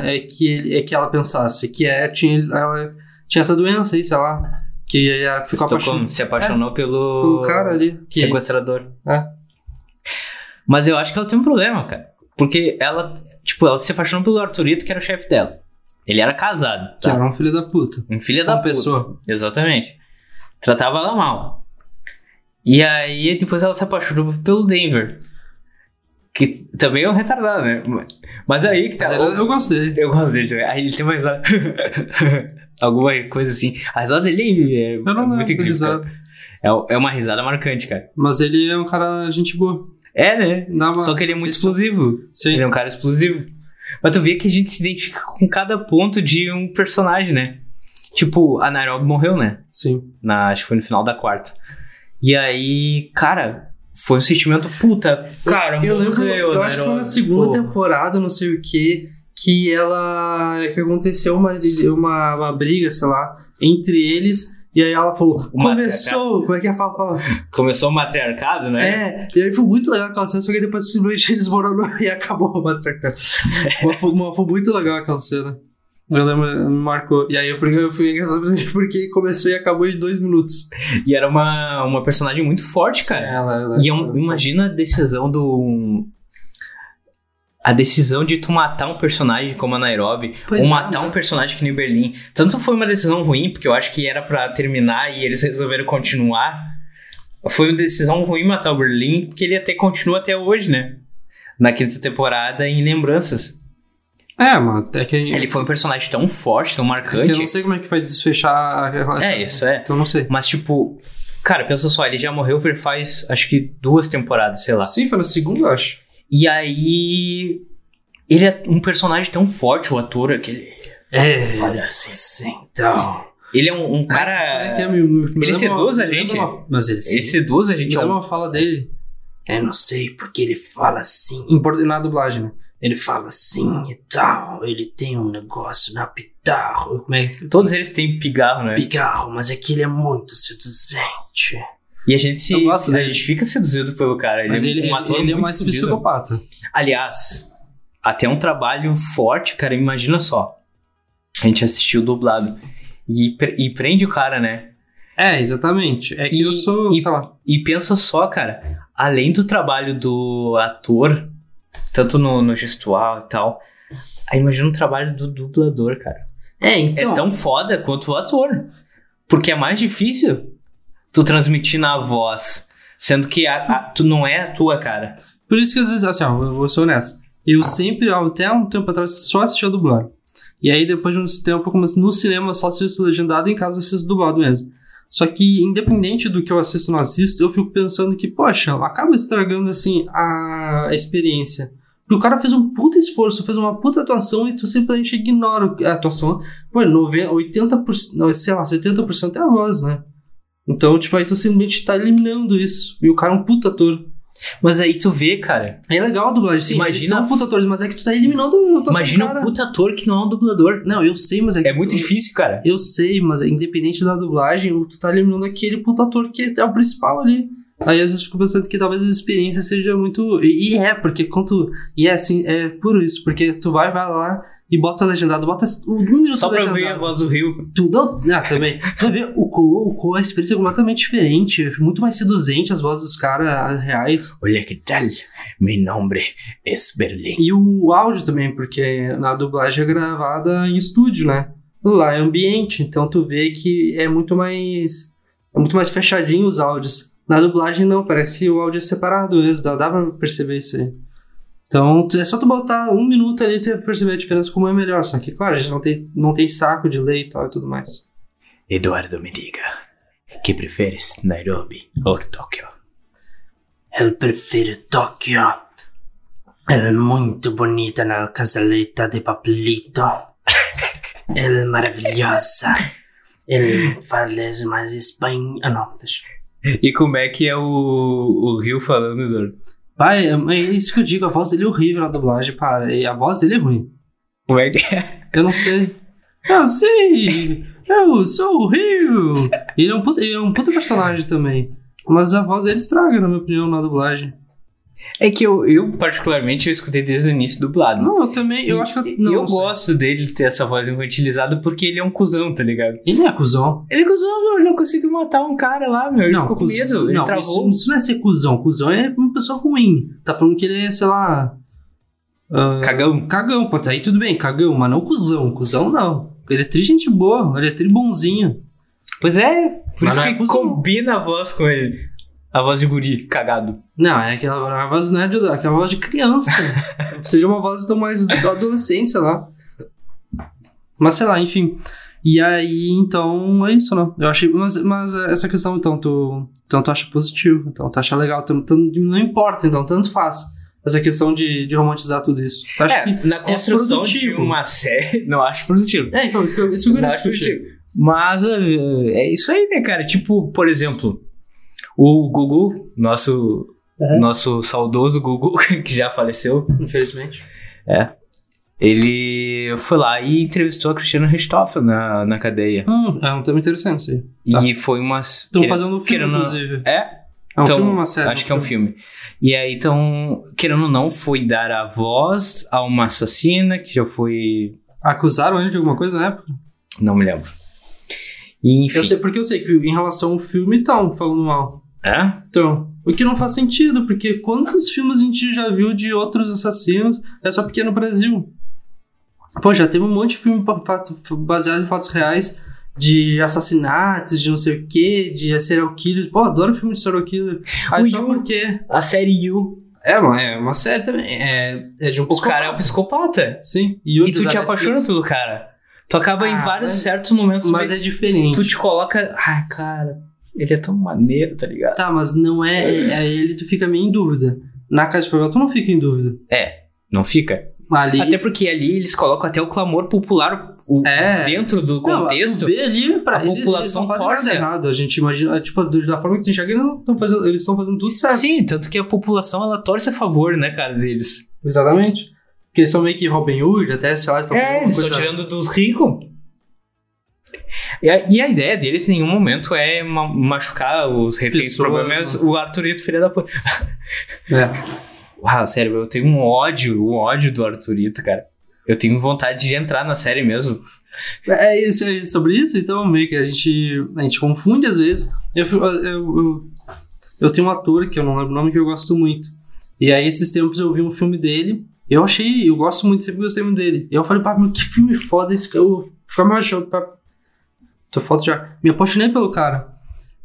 [SPEAKER 2] é, que, ele, é, que ela pensasse, que é, tinha, ela tinha essa doença aí, sei lá, que ela ficou
[SPEAKER 3] Estocolmo
[SPEAKER 2] apaixonada
[SPEAKER 3] se apaixonou pelo
[SPEAKER 2] pelo cara ali. Que,
[SPEAKER 3] sequestrador.
[SPEAKER 2] É.
[SPEAKER 3] Mas eu acho que ela tem um problema, cara. Porque ela, tipo, ela se apaixonou pelo Arthurito, que era o chefe dela. Ele era casado,
[SPEAKER 2] que
[SPEAKER 3] tá?
[SPEAKER 2] era um filho da puta.
[SPEAKER 3] Um filho
[SPEAKER 2] Uma
[SPEAKER 3] da puta.
[SPEAKER 2] pessoa.
[SPEAKER 3] Exatamente. Tratava ela mal. E aí, depois ela se apaixonou pelo Denver. Que também é um retardado, né? Mas aí que tá.
[SPEAKER 2] Mas Então, eu, eu gosto dele.
[SPEAKER 3] Eu gosto dele também. Aí ele tem uma risada. Alguma coisa assim. A risada dele é,
[SPEAKER 2] Eu não
[SPEAKER 3] é muito
[SPEAKER 2] lembro
[SPEAKER 3] incrível.
[SPEAKER 2] risada.
[SPEAKER 3] cara. É, é uma risada marcante, cara.
[SPEAKER 2] Mas ele é um cara gente boa.
[SPEAKER 3] É, né?
[SPEAKER 2] Dá uma...
[SPEAKER 3] Só que ele é muito
[SPEAKER 2] Isso.
[SPEAKER 3] explosivo.
[SPEAKER 2] Sim.
[SPEAKER 3] Ele é um cara explosivo. Mas tu vê que a gente se identifica com cada ponto de um personagem, né? Tipo, a Nairobi morreu, né?
[SPEAKER 2] Sim.
[SPEAKER 3] Na, acho que foi no final da quarta. E aí, cara, foi um sentimento puta. Cara,
[SPEAKER 2] Eu lembro,
[SPEAKER 3] morreu, né?
[SPEAKER 2] eu
[SPEAKER 3] a
[SPEAKER 2] acho que foi na
[SPEAKER 3] Nairobi,
[SPEAKER 2] segunda
[SPEAKER 3] pô.
[SPEAKER 2] temporada, não sei o que, que ela. que aconteceu uma, uma, uma briga, sei lá, entre eles. E aí ela falou,
[SPEAKER 3] Uma-
[SPEAKER 2] começou, como é que é a fala? fala?
[SPEAKER 3] né? Começou o matriarcado, né?
[SPEAKER 2] É, e aí foi muito legal aquela cena, só que depois simplesmente desmoronou e acabou o matraca. Mas foi, mas foi muito legal aquela cena. Eu lembro, me marcou. E aí eu fui- eu fui engraçado principalmente porque começou e acabou em dois minutos.
[SPEAKER 3] E era uma, uma personagem muito forte, cara.
[SPEAKER 2] ela, ela,
[SPEAKER 3] E é um- imagina a decisão do. um, A decisão de tu matar um personagem como a Nairobi,
[SPEAKER 2] Pois
[SPEAKER 3] ou
[SPEAKER 2] é,
[SPEAKER 3] matar
[SPEAKER 2] né?
[SPEAKER 3] um personagem que nem Berlim. Tanto foi uma decisão ruim, porque eu acho que era pra terminar e eles resolveram continuar. Foi uma decisão ruim matar o Berlim, porque ele até continua até hoje, né? Na quinta temporada em Lembranças.
[SPEAKER 2] É, mano, é que.
[SPEAKER 3] Ele foi um personagem tão forte, tão
[SPEAKER 2] é que eu
[SPEAKER 3] marcante.
[SPEAKER 2] não sei como é que vai desfechar a relação.
[SPEAKER 3] É, isso é.
[SPEAKER 2] Então eu não sei.
[SPEAKER 3] Mas, tipo, cara, pensa só, ele já morreu faz acho que duas temporadas, sei lá.
[SPEAKER 2] Sim, foi no segundo, eu acho.
[SPEAKER 3] E aí. Ele é um personagem tão forte, o ator, aquele.
[SPEAKER 2] É.
[SPEAKER 3] Olha assim.
[SPEAKER 2] Então.
[SPEAKER 3] Ele é um, um
[SPEAKER 2] É que é,
[SPEAKER 3] cara.
[SPEAKER 2] me- me- me
[SPEAKER 3] Ele
[SPEAKER 2] lembra
[SPEAKER 3] seduz
[SPEAKER 2] uma-
[SPEAKER 3] a
[SPEAKER 2] me lembra
[SPEAKER 3] gente?
[SPEAKER 2] uma- Mas ele
[SPEAKER 3] Ele seduz a
[SPEAKER 2] A gente
[SPEAKER 3] gente. é
[SPEAKER 2] olha
[SPEAKER 3] um-
[SPEAKER 2] uma fala dele. Eu não sei porque ele fala assim. Em portu- na dublagem, né? Ele fala assim e tal. Ele tem um negócio na pitarro. Como é que
[SPEAKER 3] Todos eles têm pigarro, né?
[SPEAKER 2] pigarro? Mas é que ele é muito seduzente.
[SPEAKER 3] E a gente se.
[SPEAKER 2] Eu gosto
[SPEAKER 3] A
[SPEAKER 2] dele.
[SPEAKER 3] gente fica seduzido pelo cara. Ele
[SPEAKER 2] Mas
[SPEAKER 3] é
[SPEAKER 2] ele,
[SPEAKER 3] um ator
[SPEAKER 2] ele é
[SPEAKER 3] muito
[SPEAKER 2] mais
[SPEAKER 3] fudido.
[SPEAKER 2] psicopata.
[SPEAKER 3] Aliás, até um trabalho forte, cara. Imagina só. A gente assistiu dublado. E, pre- e prende o cara, né?
[SPEAKER 2] É, exatamente. É que
[SPEAKER 3] E-
[SPEAKER 2] eu sou,
[SPEAKER 3] e-
[SPEAKER 2] sei lá.
[SPEAKER 3] E pensa só, cara, além do trabalho do ator, tanto no, no gestual e tal, aí imagina o trabalho do dublador, cara.
[SPEAKER 2] É, então.
[SPEAKER 3] É tão foda quanto o ator. Porque é mais difícil tu transmitir na voz, sendo que a- a- tu não é a tua, cara.
[SPEAKER 2] Por isso que às vezes, assim, ó, eu vou ser honesto. Eu sempre, até um tempo atrás, só assistia dublado. E aí, depois de um tempo, eu comecei no cinema, eu só assisto legendado e em casa eu assisto dublado mesmo. Só que, independente do que eu assisto ou não assisto, eu fico pensando que, poxa, acaba estragando, assim, a experiência. Porque o cara fez um puta esforço, fez uma puta atuação e tu simplesmente ignora o- a atuação. Pô, 90, 80%, não, sei lá, 70% é a voz, né? Então, tipo, aí tu simplesmente tá eliminando isso. E o cara é um puta ator.
[SPEAKER 3] Mas aí tu vê, cara,
[SPEAKER 2] É legal a dublagem, sim.
[SPEAKER 3] Imagina-
[SPEAKER 2] Imagina são puta atores, mas é que tu tá eliminando o atuação
[SPEAKER 3] imagina
[SPEAKER 2] do
[SPEAKER 3] um
[SPEAKER 2] cara.
[SPEAKER 3] puta ator que não é um dublador.
[SPEAKER 2] Não, eu sei, mas é que
[SPEAKER 3] É muito
[SPEAKER 2] tu-
[SPEAKER 3] difícil, cara.
[SPEAKER 2] Eu sei, mas é independente da dublagem, tu tá eliminando aquele puta ator que é o principal ali. Aí às vezes eu fico pensando que talvez a experiência seja muito. E, e é, porque quando. E é assim, é puro isso, porque tu vai, vai lá e bota legendado, bota o número
[SPEAKER 3] Só
[SPEAKER 2] do
[SPEAKER 3] pra eu
[SPEAKER 2] legendado.
[SPEAKER 3] ver a voz do Rio.
[SPEAKER 2] Tu não. Ah, também. Tu vê o Cole, o Cole, a experiência é completamente diferente, muito mais seduzente as vozes dos caras reais.
[SPEAKER 3] Olha que tal, meu nome é Berlim.
[SPEAKER 2] E o áudio também, porque na dublagem é gravada em estúdio, né? Lá é ambiente, então tu vê que é muito mais. É muito mais fechadinho os áudios. Na dublagem não, parece que o áudio é separado mesmo, dá, dá pra perceber isso aí. Então tu- é só tu botar um minuto ali e tu vai perceber a diferença como é melhor. Só que, claro, a gente não tem, não tem saco de lei e tal e tudo mais.
[SPEAKER 3] Eduardo, me diga, que preferes, Nairobi ou Tóquio?
[SPEAKER 1] Eu prefiro Tóquio. Ela é muito bonita na casaleta de papelito. Ela é maravilhosa. Ele fala mais espanhol. Ah, não, deixa.
[SPEAKER 3] E como é que é o, o Rio falando, Eduardo?
[SPEAKER 2] Pai, é- é isso que eu digo, a voz dele é horrível na dublagem, para. E a voz dele é ruim.
[SPEAKER 3] Como é que
[SPEAKER 2] Eu não sei. Eu sei! Eu sou horrível! Ele é um puta, ele é um puta personagem também. Mas a voz dele estraga, na minha opinião, na dublagem.
[SPEAKER 3] é? que eu, eu, particularmente, eu escutei desde o início dublado.
[SPEAKER 2] Não, eu também. Eu acho que.
[SPEAKER 3] E-
[SPEAKER 2] Não,
[SPEAKER 3] eu
[SPEAKER 2] sei.
[SPEAKER 3] gosto dele ter essa voz infantilizada porque ele é um cuzão, tá ligado?
[SPEAKER 2] Ele é cuzão.
[SPEAKER 3] Ele é cuzão, meu, ele não conseguiu matar um cara lá, meu. Ele ficou com
[SPEAKER 2] cuz-
[SPEAKER 3] medo, ele
[SPEAKER 2] não,
[SPEAKER 3] travou.
[SPEAKER 2] Isso, isso não é ser cuzão. Cuzão é uma pessoa ruim. Tá falando que ele é, sei lá. ah,
[SPEAKER 3] Cagão.
[SPEAKER 2] cagão, pô, tá aí tudo bem, cagão, mas não cuzão. Cuzão não. Ele é tri gente boa, ele é tri bonzinho.
[SPEAKER 3] Pois é, por
[SPEAKER 2] Mas
[SPEAKER 3] isso
[SPEAKER 2] não é
[SPEAKER 3] que
[SPEAKER 2] cuzão.
[SPEAKER 3] combina a voz com ele. A voz de guri, cagado.
[SPEAKER 2] Não, é aquela a voz não é de adulto, é aquela voz de criança. Seja uma voz tão mais da adolescência sei lá. Mas sei lá, enfim. E aí, então, é isso, né? Eu achei. Mas, mas é, essa questão, então, tu. Então tu acha positivo, então tu acha legal, tu, tu- não importa, então, tanto faz. Essa questão de, de romantizar tudo isso. Tu acha que.
[SPEAKER 3] É,
[SPEAKER 2] é
[SPEAKER 3] na construção de
[SPEAKER 2] produtivo.
[SPEAKER 3] uma série, não acho produtivo.
[SPEAKER 2] É, então, isso que eu, isso que
[SPEAKER 3] Não
[SPEAKER 2] eu queria
[SPEAKER 3] acho
[SPEAKER 2] discutir.
[SPEAKER 3] produtivo. Mas eh, é isso aí, né, cara? Tipo, por exemplo, o Gugu, nosso,
[SPEAKER 2] Uhum.
[SPEAKER 3] nosso saudoso Gugu, que já faleceu,
[SPEAKER 2] Infelizmente.
[SPEAKER 3] ele foi lá e entrevistou a Cristina Ristoff na, na cadeia.
[SPEAKER 2] Hum, é um tema interessante isso aí. Tá.
[SPEAKER 3] E foi umas.
[SPEAKER 2] Estão
[SPEAKER 3] querendo-
[SPEAKER 2] fazendo um filme,
[SPEAKER 3] querendo-
[SPEAKER 2] inclusive.
[SPEAKER 3] É?
[SPEAKER 2] É um
[SPEAKER 3] Então,
[SPEAKER 2] filme ou uma série?
[SPEAKER 3] Acho que é um filme. E aí, então, querendo ou não, foi dar a voz a uma assassina que já foi.
[SPEAKER 2] Acusaram ele de alguma coisa na época?
[SPEAKER 3] Não me lembro. E enfim.
[SPEAKER 2] Eu sei, porque eu sei que em relação ao filme, estão falando mal.
[SPEAKER 3] É?
[SPEAKER 2] Então, o que não faz sentido, porque quantos filmes a gente já viu de outros assassinos é só porque é no Brasil? Pô, já teve um monte de filme pa- fato- baseado em fatos reais de assassinatos, de não sei o quê, de serial killers. Pô, adoro filme de serial killer. Aí
[SPEAKER 3] Ui,
[SPEAKER 2] só
[SPEAKER 3] eu-
[SPEAKER 2] porque...
[SPEAKER 3] A série You.
[SPEAKER 2] É, uma- é uma série também. É, é de um
[SPEAKER 3] O cara é um psicopata.
[SPEAKER 2] psicopata. Sim.
[SPEAKER 3] E,
[SPEAKER 2] o
[SPEAKER 3] tu
[SPEAKER 2] da
[SPEAKER 3] te apaixona
[SPEAKER 2] Netflix.
[SPEAKER 3] pelo cara. Tu acaba em
[SPEAKER 2] Ah,
[SPEAKER 3] vários
[SPEAKER 2] mas-
[SPEAKER 3] certos momentos.
[SPEAKER 2] Mas
[SPEAKER 3] tu-
[SPEAKER 2] é diferente.
[SPEAKER 3] tu te coloca. Ah, cara, ele é tão maneiro, tá ligado?
[SPEAKER 2] Tá, mas não é, é, é ele, tu fica meio em dúvida. Na Casa de Papel, tu não fica em dúvida.
[SPEAKER 3] É, não fica.
[SPEAKER 2] Ali,
[SPEAKER 3] Até porque ali eles colocam até o clamor popular o-
[SPEAKER 2] É.
[SPEAKER 3] dentro do
[SPEAKER 2] Não,
[SPEAKER 3] contexto.
[SPEAKER 2] tu vê ali, pra,
[SPEAKER 3] a
[SPEAKER 2] eles-
[SPEAKER 3] população
[SPEAKER 2] eles não fazem
[SPEAKER 3] torce.
[SPEAKER 2] nada errado. A gente imagina, tipo, do- da forma que tu enxerga, eles estão fazendo, eles estão fazendo tudo certo.
[SPEAKER 3] Sim, tanto que a população ela torce a favor, né, cara, deles.
[SPEAKER 2] Exatamente. Porque eles são meio que Robin Hood, até, sei lá, estão
[SPEAKER 3] É, eles estão tirando dos ricos. E a, e a ideia deles em nenhum momento é ma- machucar os reféns. O
[SPEAKER 2] Pessoas,
[SPEAKER 3] problema é
[SPEAKER 2] né?
[SPEAKER 3] o Arthurito, filha da puta.
[SPEAKER 2] É.
[SPEAKER 3] Uau, sério, eu tenho um ódio, um ódio do Arthurito, cara. Eu tenho vontade de entrar na série mesmo.
[SPEAKER 2] É, isso, é sobre isso, então, meio que a gente, a gente confunde às vezes. Eu, fui- eu, eu, eu tenho um ator, que eu não lembro o nome, que eu gosto muito. E aí, esses tempos, eu vi um filme dele. Eu achei, eu gosto muito, sempre gostei muito dele. E eu falei, pá, meu, que filme foda esse cara. Eu ficar me achando, pá. Tô foto já. Me apaixonei pelo cara.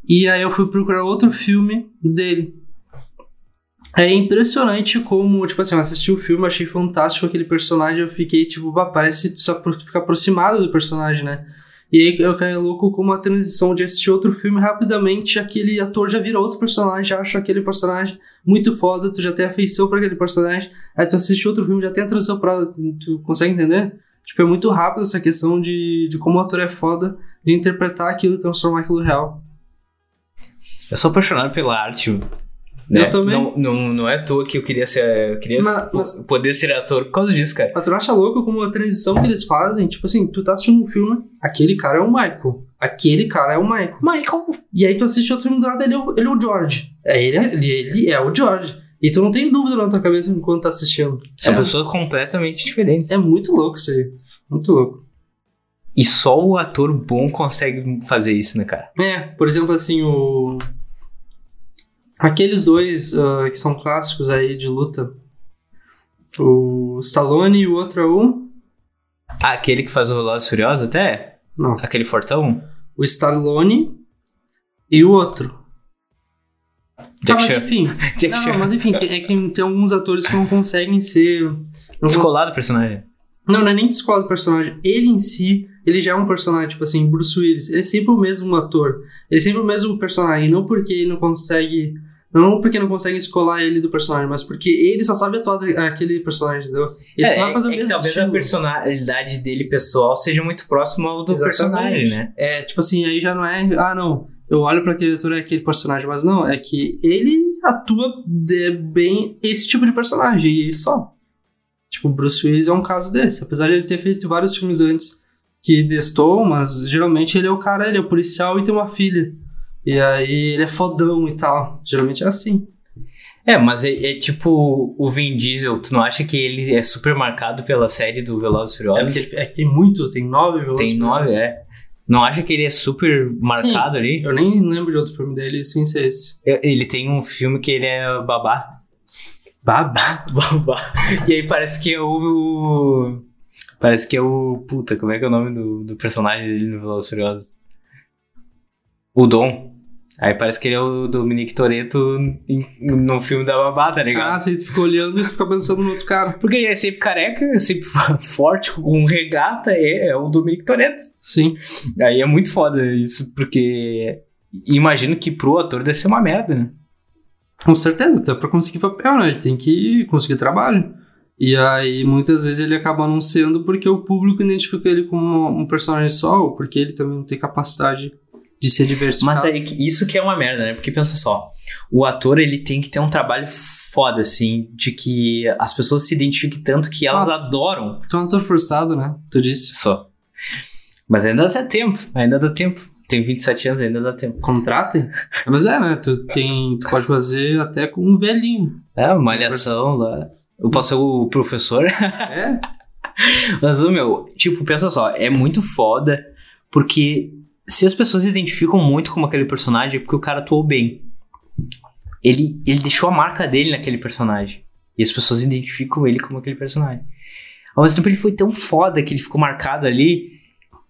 [SPEAKER 2] E aí eu fui procurar outro filme dele. É impressionante como, tipo assim, eu assisti o filme, achei fantástico aquele personagem, eu fiquei tipo, bah, parece só pro- ficar aproximado do personagem, né? E aí eu caí louco com uma transição de assistir outro filme rapidamente, aquele ator já vira outro personagem, já acha aquele personagem muito foda, tu já tem afeição pra aquele personagem, aí tu assiste outro filme, já tem a transição pra. Tu consegue entender? Tipo, é muito rápido essa questão de, de como o ator é foda de interpretar aquilo e transformar aquilo real.
[SPEAKER 3] Eu sou apaixonado pela arte. Né?
[SPEAKER 2] Eu também.
[SPEAKER 3] Não, não, não é à toa que eu queria ser. Eu queria
[SPEAKER 2] Mas-
[SPEAKER 3] po- poder ser ator por causa disso, cara.
[SPEAKER 2] Mas tu não acha louco como a transição que eles fazem? Tipo assim, tu tá assistindo um filme, aquele cara é o Michael. Aquele cara é o Michael.
[SPEAKER 3] Michael.
[SPEAKER 2] E aí tu assiste outro filme do nada, ele é o, ele é o George. É, ele, é, ele- ele é o George. E tu não tem dúvida na tua cabeça enquanto tá assistindo.
[SPEAKER 3] São
[SPEAKER 2] É.
[SPEAKER 3] pessoas completamente diferentes.
[SPEAKER 2] É muito louco isso aí. Muito louco.
[SPEAKER 3] E só o ator bom consegue fazer isso, né, cara?
[SPEAKER 2] É, por exemplo, assim, o. Aqueles dois ah, que são clássicos aí de luta. O Stallone e o outro é o.
[SPEAKER 3] Ah, aquele que faz o Velozes e Furiosos até?
[SPEAKER 2] Não.
[SPEAKER 3] Aquele fortão?
[SPEAKER 2] O Stallone e o outro. Tá,
[SPEAKER 3] Jack
[SPEAKER 2] mas
[SPEAKER 3] Chan.
[SPEAKER 2] enfim.
[SPEAKER 3] Jack
[SPEAKER 2] Não,
[SPEAKER 3] Chan.
[SPEAKER 2] mas enfim, tem- é que tem, tem alguns atores que não conseguem ser. Não, con-
[SPEAKER 3] Descolado o personagem.
[SPEAKER 2] não, não é nem descola do personagem. Ele em si, ele já é um personagem, tipo assim, Bruce Willis. Ele é sempre o mesmo ator. Ele é sempre o mesmo personagem. Não porque ele não consegue. Não porque não consegue escolar ele do personagem, mas porque ele só sabe atuar da- aquele personagem, entendeu? Ele só sabe fazer o
[SPEAKER 3] É, que
[SPEAKER 2] mesmo
[SPEAKER 3] talvez a
[SPEAKER 2] estilo.
[SPEAKER 3] personalidade dele pessoal seja muito próxima ao do
[SPEAKER 2] Exatamente.
[SPEAKER 3] personagem, né?
[SPEAKER 2] É, tipo assim, aí já não é. Ah, não. Eu olho pra aquele ator é aquele personagem, mas não, é que ele atua de- bem esse tipo de personagem, e só. Tipo, o Bruce Willis é um caso desse. Apesar de ele ter feito vários filmes antes que destou, mas geralmente ele é o cara, ele é o policial e tem uma filha. E aí ele é fodão e tal. Geralmente é assim.
[SPEAKER 3] É, mas é, é tipo o Vin Diesel. Tu não acha que ele é super marcado pela série do Velozes e
[SPEAKER 2] É,
[SPEAKER 3] Furiosos?
[SPEAKER 2] porque ele- é que tem muito, tem nove vilões.
[SPEAKER 3] Tem nove, é. Não acha que ele é super marcado ali?
[SPEAKER 2] Eu nem lembro de outro filme dele sem ser esse.
[SPEAKER 3] Eu- Ele tem um filme que ele é babá. Babá? Babá. E aí parece que é o. o- Parece que é o. Puta, como é que é o nome do, do personagem dele no Velozes e Furiosos? O Dom. Aí parece que ele é o Dominique Toretto em- num filme da babá, tá ligado?
[SPEAKER 2] Ah, você fica olhando e fica pensando no outro cara.
[SPEAKER 3] Porque ele é sempre careca, é sempre forte, com um regata, é, é o Dominique Toretto.
[SPEAKER 2] Sim.
[SPEAKER 3] Aí é muito foda isso, porque imagino que pro ator deve ser uma merda, né?
[SPEAKER 2] Com certeza, até pra conseguir papel, né? Ele tem que conseguir trabalho. E aí, muitas vezes, ele acaba anunciando porque o público identifica ele como um personagem só, ou porque ele também não tem capacidade de ser diversificado.
[SPEAKER 3] Mas aí, que- isso que é uma merda, né? Porque pensa só, o ator ele tem que ter um trabalho foda, assim, de que as pessoas se identifiquem tanto que elas adoram
[SPEAKER 2] Tu é um ator forçado, né? Tu disse.
[SPEAKER 3] só. Mas ainda dá tempo, ainda dá tempo. Tem 27 anos, ainda dá tempo.
[SPEAKER 2] Contratem? Mas é, né? Tu, tem, tu pode fazer até com um velhinho.
[SPEAKER 3] É, malhação lá. Eu posso ser o professor.
[SPEAKER 2] É?
[SPEAKER 3] Mas, ô, meu, tipo, pensa só, é muito foda, porque se as pessoas se identificam muito com aquele personagem, é porque o cara atuou bem. Ele, ele deixou a marca dele naquele personagem. E as pessoas identificam ele como aquele personagem. Ao mesmo tempo, ele foi tão foda que ele ficou marcado ali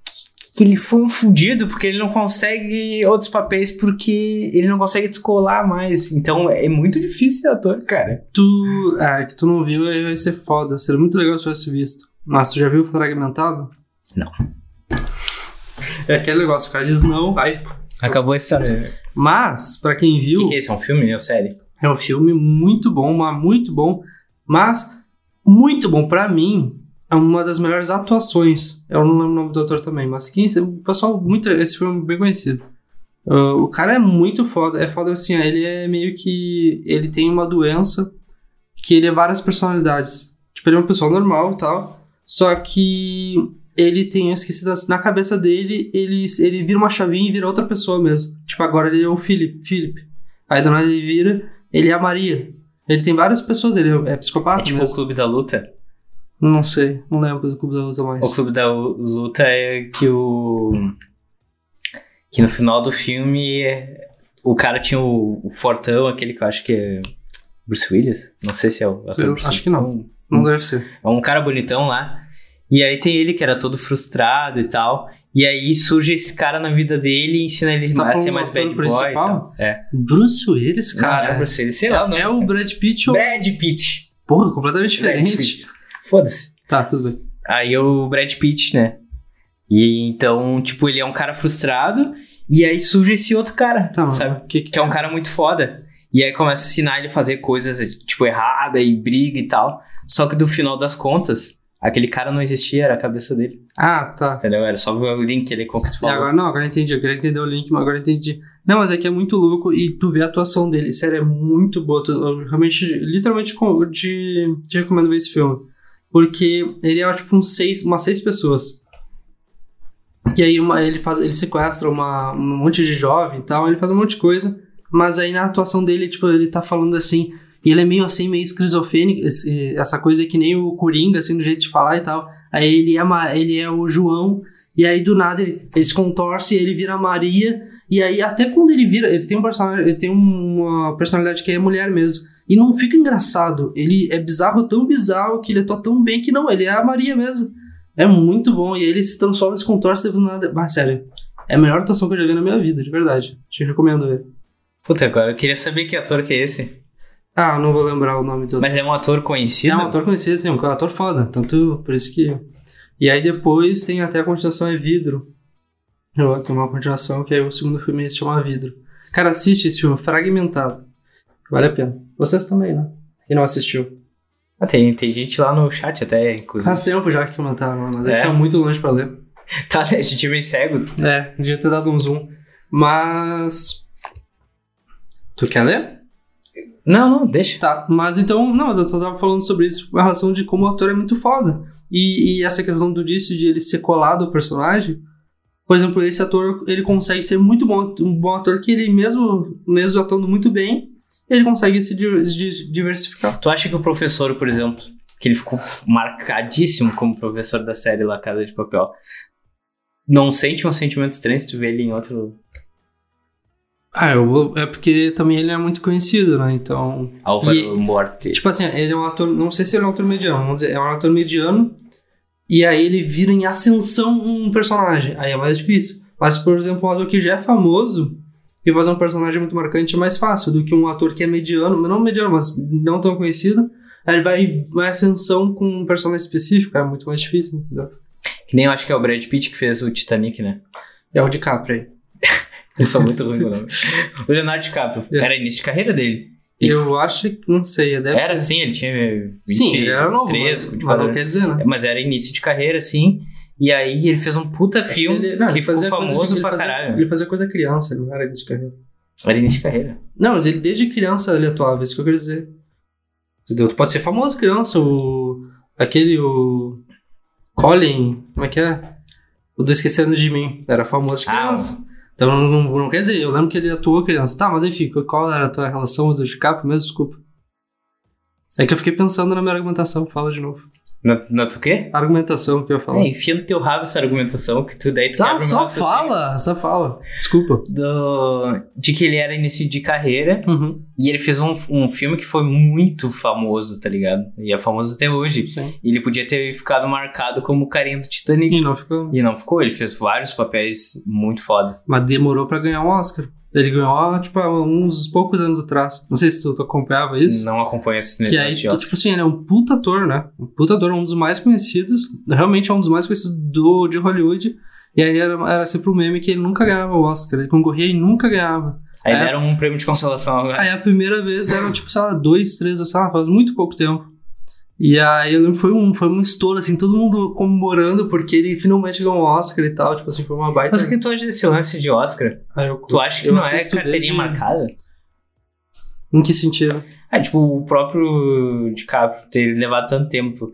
[SPEAKER 3] que, que ele foi um fudido, porque ele não consegue outros papéis, porque ele não consegue descolar mais. Então, é muito difícil ser ator, cara.
[SPEAKER 2] Tu. Ah, que tu não viu, aí vai ser foda. Seria muito legal se tivesse visto. Mas tu já viu o fragmentado?
[SPEAKER 3] Não.
[SPEAKER 2] É aquele negócio, o cara diz não, aí.
[SPEAKER 3] Acabou a história.
[SPEAKER 2] Mas, pra quem
[SPEAKER 3] O
[SPEAKER 2] viu,
[SPEAKER 3] que, que é isso? É um filme ou série?
[SPEAKER 2] é um filme muito bom, mas muito bom. Mas, muito bom pra mim. É uma das melhores atuações. Eu não lembro o nome do ator também, mas quem, o pessoal, muito, esse filme é bem conhecido. Ah, o cara é muito foda. É foda assim, ó, ele é meio que. Ele tem uma doença que ele é várias personalidades. Tipo, ele é uma pessoa normal e tal. Só que ele tem, eu esqueci, das- na cabeça dele, ele, ele vira uma chavinha e vira outra pessoa mesmo. Tipo, agora ele é o Philip. Philip. Aí do nada ele vira, ele é a Maria. Ele tem várias pessoas, ele é psicopata
[SPEAKER 3] é tipo
[SPEAKER 2] mesmo.
[SPEAKER 3] o Clube da Luta?
[SPEAKER 2] Não sei, não lembro do Clube da Luta mais.
[SPEAKER 3] O clube da luta é que o. Que no final do filme é- o cara tinha o, o Fortão, aquele que eu acho que é. Bruce Willis? Não sei se é o ator
[SPEAKER 2] Eu
[SPEAKER 3] Bruce
[SPEAKER 2] acho
[SPEAKER 3] Willis.
[SPEAKER 2] que não. Não deve ser.
[SPEAKER 3] É um cara bonitão lá. E aí tem ele que era todo frustrado e tal. E aí surge esse cara na vida dele e ensina ele
[SPEAKER 2] Tá
[SPEAKER 3] a ser
[SPEAKER 2] falando
[SPEAKER 3] mais
[SPEAKER 2] do
[SPEAKER 3] bad
[SPEAKER 2] ator
[SPEAKER 3] boy. E
[SPEAKER 2] principal?
[SPEAKER 3] tal. É.
[SPEAKER 2] Bruce Willis,
[SPEAKER 3] Cara, é o
[SPEAKER 2] cara.
[SPEAKER 3] Bruce Willis, sei lá, não
[SPEAKER 2] é
[SPEAKER 3] é
[SPEAKER 2] o Brad Pitt ou...
[SPEAKER 3] Brad Pitt.
[SPEAKER 2] Porra, completamente
[SPEAKER 3] Brad
[SPEAKER 2] diferente.
[SPEAKER 3] Pitt. Foda-se.
[SPEAKER 2] Tá, tudo bem.
[SPEAKER 3] Aí é o Brad Pitt, né? E então, tipo, ele é um cara frustrado. E aí surge esse outro cara,
[SPEAKER 2] Tá, mas
[SPEAKER 3] sabe?
[SPEAKER 2] o que que...
[SPEAKER 3] Que é um cara muito foda. E aí começa a ensinar ele a fazer coisas, tipo, errada e briga e tal. Só que do final das contas, aquele cara não existia, era a cabeça dele.
[SPEAKER 2] Ah, tá.
[SPEAKER 3] Entendeu? Era só o link que ele
[SPEAKER 2] E
[SPEAKER 3] conquistou.
[SPEAKER 2] agora não, agora eu entendi. Eu queria entender o link, mas agora eu entendi. Não, mas é que é muito louco e tu vê a atuação dele. Sério, é muito boa. Tu- Eu realmente, literalmente, com- te, te recomendo ver esse filme. Porque ele é tipo um seis, umas seis pessoas. E aí uma- ele, faz, ele sequestra uma, um monte de jovem e tal, ele faz um monte de coisa. Mas aí na atuação dele, tipo, ele tá falando assim. E ele é meio assim, meio esquizofrênico, esse- essa coisa é que nem o Coringa, assim, do jeito de falar e tal. Aí ele é, ma- ele é o João, e aí do nada ele, ele se contorce, ele vira Maria, e aí até quando ele vira, ele tem um personagem, ele tem uma personalidade que é mulher mesmo. E não fica engraçado, ele é bizarro, tão bizarro que ele atua tão bem que não, ele é a Maria mesmo. É muito bom, e aí ele se transforma, se contorce, do nada. Mas sério, é a melhor atuação que eu já vi na minha vida, de verdade. Te recomendo ver.
[SPEAKER 3] Puta, agora eu queria saber que ator que é esse.
[SPEAKER 2] Ah, não vou lembrar o nome do
[SPEAKER 3] Mas é um ator
[SPEAKER 2] É
[SPEAKER 3] conhecido?
[SPEAKER 2] um ator conhecido, assim, um ator foda. Tanto por isso que. E aí depois tem até a continuação é vidro. Eu- Tem uma continuação que aí o segundo filme se chama Vidro. Cara, assiste esse filme, fragmentado. Vale a pena. Vocês também, né? Quem não assistiu.
[SPEAKER 3] Ah, tem, tem gente lá no chat até, inclusive.
[SPEAKER 2] Faz tempo já que comentaram, mas é,
[SPEAKER 3] É?
[SPEAKER 2] que tá muito longe pra ler.
[SPEAKER 3] Tá, a gente é meio cego.
[SPEAKER 2] É, devia ter dado um zoom. Mas. Tu quer ler?
[SPEAKER 3] Não, não, deixa.
[SPEAKER 2] Tá, mas então, não, mas eu só tava falando sobre isso com relação de como o ator é muito foda. E, e essa questão do disso de ele ser colado ao personagem, por exemplo, esse ator, ele consegue ser muito bom, um bom ator que ele mesmo, mesmo atuando muito bem, ele consegue se di- se diversificar.
[SPEAKER 3] Tu acha que o professor, por exemplo, que ele ficou marcadíssimo como professor da série La Casa de Papel, não sente um sentimento estranho se tu vê ele em outro.
[SPEAKER 2] Ah, eu vou, é porque também ele é muito conhecido, né? Então,
[SPEAKER 3] Álvaro
[SPEAKER 2] E-
[SPEAKER 3] Morte?
[SPEAKER 2] Tipo assim, ele é um ator. Não sei se ele é um ator mediano, vamos dizer, é um ator mediano. E aí ele vira em ascensão um personagem. Aí é mais difícil. Mas, por exemplo, um ator que já é famoso, e fazer um personagem muito marcante é mais fácil do que um ator que é mediano, não mediano, mas não tão conhecido. Aí ele vai, vai ascensão com um personagem específico, é muito mais difícil, entendeu?
[SPEAKER 3] Que nem eu acho que é o Brad Pitt que fez o Titanic, né?
[SPEAKER 2] É o DiCaprio aí.
[SPEAKER 3] Eu sou muito ruim com o nome. O Leonardo DiCaprio.
[SPEAKER 2] É.
[SPEAKER 3] Era início de carreira dele. E
[SPEAKER 2] Eu acho que, não sei, é deve
[SPEAKER 3] Era sim, ele tinha 23,
[SPEAKER 2] Sim, ele era novo, né? mas,
[SPEAKER 3] 24
[SPEAKER 2] mas não
[SPEAKER 3] anos.
[SPEAKER 2] quer dizer, né?
[SPEAKER 3] Mas era início de carreira, sim. E aí ele fez um puta filme
[SPEAKER 2] Ele- não,
[SPEAKER 3] que
[SPEAKER 2] ele
[SPEAKER 3] ficou
[SPEAKER 2] fazia coisa de-
[SPEAKER 3] famoso
[SPEAKER 2] ele
[SPEAKER 3] pra
[SPEAKER 2] fazia-
[SPEAKER 3] caralho.
[SPEAKER 2] Ele fazia coisa criança, ele não era de carreira.
[SPEAKER 3] Era início de carreira.
[SPEAKER 2] Não, mas ele desde criança ele atuava, é isso que eu quero dizer. Entendeu? Tu pode ser famoso criança, o. Aquele, o. Colin, como é que é? O do Esquecendo de Mim. Era famoso de
[SPEAKER 3] Ah,
[SPEAKER 2] criança. Então não, não- não quer dizer, eu lembro que ele atuou criança. Tá, mas enfim, qual era a tua relação do DiCaprio mesmo? Desculpa. É que eu fiquei pensando na minha argumentação, fala de novo.
[SPEAKER 3] Na, na tu quê?
[SPEAKER 2] Argumentação que eu ia falar.
[SPEAKER 3] É, enfia no teu rabo essa argumentação que tu daí tu
[SPEAKER 2] tá,
[SPEAKER 3] quebra o meu
[SPEAKER 2] só
[SPEAKER 3] raciocínio.
[SPEAKER 2] fala, só fala. Desculpa.
[SPEAKER 3] Do, de que ele era início de carreira
[SPEAKER 2] Uhum,
[SPEAKER 3] e ele fez um, um filme que foi muito famoso, tá ligado? E é famoso até hoje.
[SPEAKER 2] sim.
[SPEAKER 3] Ele podia ter ficado marcado como o carinha do Titanic.
[SPEAKER 2] E não ficou.
[SPEAKER 3] E não ficou, ele fez vários papéis muito foda.
[SPEAKER 2] Mas demorou pra ganhar um Oscar. Ele ganhou, tipo, há uns poucos anos atrás. Não sei se tu, tu acompanhava isso.
[SPEAKER 3] Não acompanha esse
[SPEAKER 2] que
[SPEAKER 3] negócio
[SPEAKER 2] aí,
[SPEAKER 3] de
[SPEAKER 2] tu,
[SPEAKER 3] Oscar.
[SPEAKER 2] tipo assim, ele é um puta ator, né? Um puta ator, um dos mais conhecidos. Realmente é um dos mais conhecidos do, de Hollywood. E aí era, era sempre um meme que ele nunca ganhava o Oscar. Ele concorria e nunca ganhava.
[SPEAKER 3] Aí
[SPEAKER 2] é.
[SPEAKER 3] deram um prêmio de consolação agora.
[SPEAKER 2] Aí a primeira vez deram, tipo, sei lá, dois, três, ou sei lá, faz muito pouco tempo. E aí eu lembro que foi um, foi um estouro, assim, todo mundo comemorando porque ele finalmente ganhou um Oscar e tal. Tipo assim, foi uma baita.
[SPEAKER 3] Mas o que tu acha desse lance de Oscar?
[SPEAKER 2] Aí eu-
[SPEAKER 3] Tu acha que
[SPEAKER 2] eu
[SPEAKER 3] não é
[SPEAKER 2] assisto
[SPEAKER 3] carteirinha
[SPEAKER 2] desde-
[SPEAKER 3] marcada?
[SPEAKER 2] Em que sentido?
[SPEAKER 3] É, tipo, o próprio DiCaprio ter levado tanto tempo.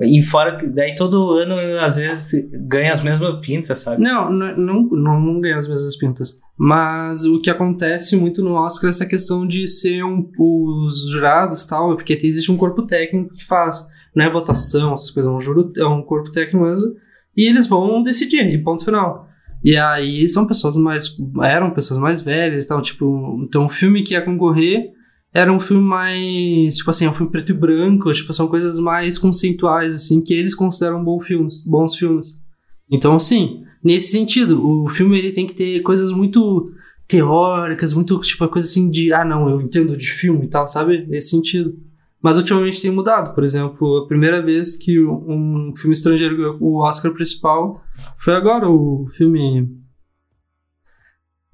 [SPEAKER 3] E fora que daí todo ano, às vezes, ganha as mesmas pintas, sabe?
[SPEAKER 2] Não, não, não, não, não ganha as mesmas pintas. Mas o que acontece muito no Oscar é essa questão de ser um, os jurados e tal, porque tem- existe um corpo técnico que faz. Não é votação, essas coisas, é um, juro, é um corpo técnico mesmo. E eles vão decidir, e ponto final. E aí são pessoas mais. eram pessoas mais velhas e tal, tipo. Então o filme que ia concorrer era um filme mais. tipo assim, é um filme preto e branco, tipo, são coisas mais conceituais, assim, que eles consideram bons filmes. Bons filmes. Então, sim, nesse sentido. O filme ele tem que ter coisas muito teóricas, muito tipo a coisa assim de ah não, eu entendo de filme e tal, sabe? Nesse sentido. Mas ultimamente tem mudado. Por exemplo, a primeira vez que um filme estrangeiro ganhou o Oscar principal foi agora o filme.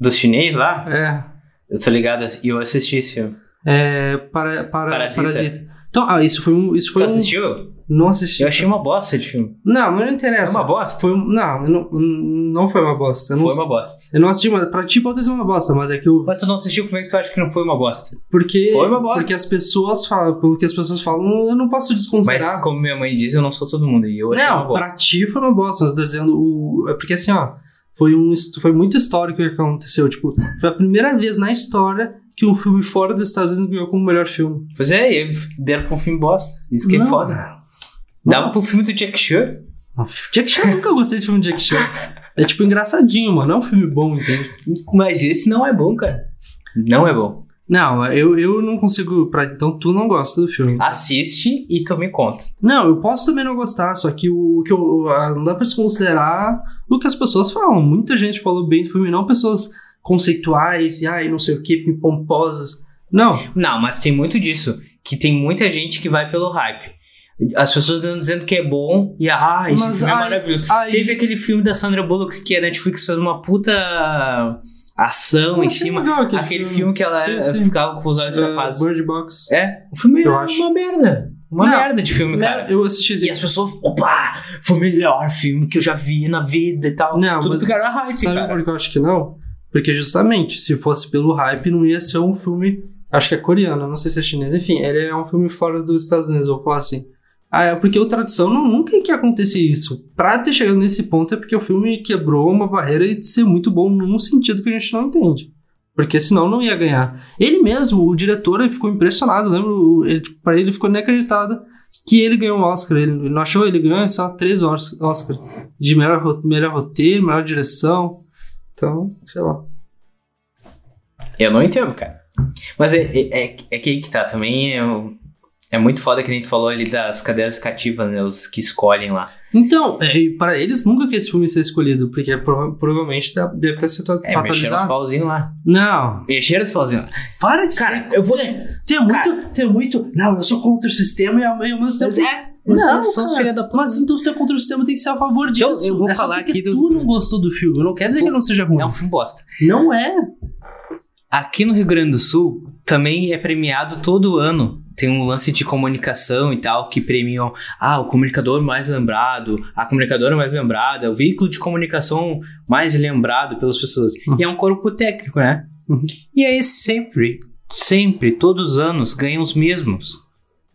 [SPEAKER 3] Dos chinês lá,
[SPEAKER 2] É.
[SPEAKER 3] eu tô ligado, e eu assisti esse filme.
[SPEAKER 2] é para, para,
[SPEAKER 3] Parasita.
[SPEAKER 2] parasita. Então, ah, isso foi um. Isso
[SPEAKER 3] Tu
[SPEAKER 2] foi um
[SPEAKER 3] assistiu?
[SPEAKER 2] não assisti.
[SPEAKER 3] Eu achei uma bosta de filme.
[SPEAKER 2] Não, mas não
[SPEAKER 3] É
[SPEAKER 2] interessa.
[SPEAKER 3] uma bosta?
[SPEAKER 2] Foi um- não, não, não foi uma bosta. Eu não,
[SPEAKER 3] Foi uma bosta.
[SPEAKER 2] eu não assisti, mas pra ti pode ser uma bosta, mas é que eu
[SPEAKER 3] Mas tu não assistiu, como é que tu acha que não foi uma bosta?
[SPEAKER 2] Porque,
[SPEAKER 3] Foi uma bosta.
[SPEAKER 2] porque as pessoas falam, pelo que as pessoas falam, eu não posso
[SPEAKER 3] Mas
[SPEAKER 2] desconsiderar.
[SPEAKER 3] como minha mãe diz, eu não sou todo mundo. E eu achei uma
[SPEAKER 2] não,
[SPEAKER 3] bosta.
[SPEAKER 2] pra ti foi uma bosta, mas eu tô dizendo o. É porque assim, ó, foi, um, hist- foi muito histórico o que aconteceu. Tipo, foi a primeira vez na história que um filme fora dos Estados Unidos ganhou como melhor filme.
[SPEAKER 3] Pois é, e aí deram pra um filme bosta. Isso que é
[SPEAKER 2] Não.
[SPEAKER 3] foda. Dava pro filme do Jack Chan.
[SPEAKER 2] Jack Chan, eu nunca gostei de filme de Jack Chan. É tipo engraçadinho, mano. É um filme bom, entende?
[SPEAKER 3] Mas esse não é bom, cara. Não é bom.
[SPEAKER 2] Não, eu, eu não consigo. pra- então tu não gosta do filme.
[SPEAKER 3] Assiste e tu me conta.
[SPEAKER 2] Não, eu posso também não gostar, só que o que eu, ah, não dá pra se considerar o que as pessoas falam. Muita gente falou bem do filme, não pessoas conceituais e ai, não sei o que, pomposas. Não,
[SPEAKER 3] Não, mas tem muito disso. Que tem muita gente que vai pelo hype. As pessoas estão dizendo que é bom e ah, esse
[SPEAKER 2] Mas,
[SPEAKER 3] filme é
[SPEAKER 2] ai,
[SPEAKER 3] maravilhoso.
[SPEAKER 2] ai,
[SPEAKER 3] Teve aquele filme da Sandra Bullock que a Netflix fez uma puta ação
[SPEAKER 2] eu
[SPEAKER 3] um em
[SPEAKER 2] achei
[SPEAKER 3] cima.
[SPEAKER 2] legal
[SPEAKER 3] Aquele, filme. que ela
[SPEAKER 2] assim? Sim,
[SPEAKER 3] era-
[SPEAKER 2] sim.
[SPEAKER 3] ficava com os olhos
[SPEAKER 2] Ah,
[SPEAKER 3] tapados.
[SPEAKER 2] Bird Box.
[SPEAKER 3] É, o filme
[SPEAKER 2] Eu
[SPEAKER 3] é
[SPEAKER 2] acho.
[SPEAKER 3] uma merda. Uma
[SPEAKER 2] Não,
[SPEAKER 3] merda de filme,
[SPEAKER 2] Mer-
[SPEAKER 3] cara.
[SPEAKER 2] Eu assisti
[SPEAKER 3] E as pessoas, opa, foi o melhor filme que eu já vi na vida e tal.
[SPEAKER 2] Não,
[SPEAKER 3] Tudo
[SPEAKER 2] mas
[SPEAKER 3] porque era hype,
[SPEAKER 2] sabe
[SPEAKER 3] cara.
[SPEAKER 2] por que eu acho que não? Porque justamente, se fosse pelo hype, não ia ser um filme, acho que é coreano, não sei se é chinês, enfim, ele é um filme fora dos Estados Unidos, vou falar assim. Ah, é porque o tradução não, nunca ia que acontecer isso. Pra ter chegado nesse ponto é porque o filme quebrou uma barreira de ser muito bom num sentido que a gente não entende. Porque senão não ia ganhar. Ele mesmo, o diretor, ele ficou impressionado, eu lembro, ele, pra ele ficou inacreditado que ele ganhou o Oscar. Ele ele não achou, ele ganhou só três Os- Oscars de melhor, ro- melhor roteiro, melhor direção. Então, sei lá.
[SPEAKER 3] Eu não entendo, cara. Mas é, é, é, é que aí que tá também. Eu, É muito foda que a gente falou ali das cadeiras cativas, né? Os que escolhem lá.
[SPEAKER 2] Então, é, e para eles nunca que esse filme ia ser escolhido, porque é prova- provavelmente tá- deve ter sido
[SPEAKER 3] É, mexeram os
[SPEAKER 2] atualizado.
[SPEAKER 3] pauzinhos lá.
[SPEAKER 2] Não,
[SPEAKER 3] Mexeram os pauzinhos lá.
[SPEAKER 2] para de
[SPEAKER 3] Cara,
[SPEAKER 2] ser.
[SPEAKER 3] eu vou te-
[SPEAKER 2] Tem, tem muito, tem muito. Não, eu sou contra o sistema e ao e ao mesmo tempo.
[SPEAKER 3] Mas é.
[SPEAKER 2] Mas
[SPEAKER 3] Não,
[SPEAKER 2] não,
[SPEAKER 3] cara.
[SPEAKER 2] filha da puta. Mas então se tu é contra o sistema, tem que ser a favor disso.
[SPEAKER 3] Então, eu vou
[SPEAKER 2] É só
[SPEAKER 3] falar
[SPEAKER 2] porque
[SPEAKER 3] aqui do-
[SPEAKER 2] Tu não gostou do filme. Não quer dizer
[SPEAKER 3] Vou-
[SPEAKER 2] que não seja ruim.
[SPEAKER 3] É um filme bosta.
[SPEAKER 2] Não é.
[SPEAKER 3] Aqui no Rio Grande do Sul também é premiado todo ano. Tem um lance de comunicação e tal que premiam ah, o comunicador mais lembrado, a comunicadora mais lembrada, é o veículo de comunicação mais lembrado pelas pessoas. E é um corpo técnico, né?
[SPEAKER 2] Uhum.
[SPEAKER 3] E aí sempre, sempre, todos os anos ganham os mesmos.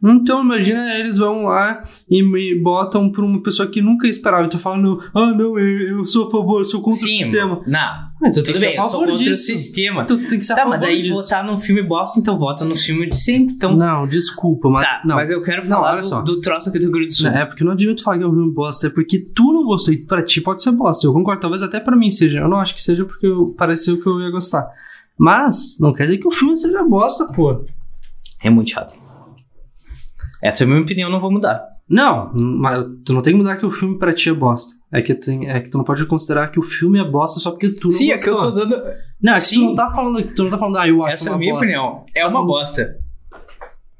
[SPEAKER 2] Então, imagina, eles vão lá e me botam pra uma pessoa que nunca esperava. E tu falando, ah, não, eu, eu sou a favor, eu sou contra o sistema. então
[SPEAKER 3] Não,
[SPEAKER 2] Mas tu
[SPEAKER 3] tudo
[SPEAKER 2] ser
[SPEAKER 3] bem, eu sou contra o sistema.
[SPEAKER 2] Tu Então, tem que ser a
[SPEAKER 3] Tá,
[SPEAKER 2] favor
[SPEAKER 3] mas daí
[SPEAKER 2] disso.
[SPEAKER 3] votar num filme bosta, então vota no filme de sempre. Então,
[SPEAKER 2] Não, desculpa, mas...
[SPEAKER 3] tá,
[SPEAKER 2] não.
[SPEAKER 3] mas eu quero
[SPEAKER 2] Não,
[SPEAKER 3] falar
[SPEAKER 2] olha
[SPEAKER 3] do-
[SPEAKER 2] só.
[SPEAKER 3] do, troço aqui do Rio Grande do Sul.
[SPEAKER 2] É porque não adianta tu falar que é um filme bosta, é porque tu não gostou. E pra ti pode ser bosta. Eu concordo, talvez até pra mim seja. Eu não acho que seja porque eu- pareceu que eu ia gostar. Mas, não quer dizer que o filme seja bosta, pô.
[SPEAKER 3] É muito chato. Essa é a minha opinião, não vou mudar.
[SPEAKER 2] Não, mas tu não tem que mudar que o filme pra ti é bosta. É que, tem- é que tu não pode considerar que o filme é bosta só porque tu não
[SPEAKER 3] Sim, é que
[SPEAKER 2] gostou.
[SPEAKER 3] eu tô dando.
[SPEAKER 2] Não, é que tu
[SPEAKER 3] Sim.
[SPEAKER 2] não tá falando que tu não tá falando, ah, eu acho
[SPEAKER 3] Essa é
[SPEAKER 2] uma
[SPEAKER 3] a minha
[SPEAKER 2] bosta.
[SPEAKER 3] opinião. É uma bosta.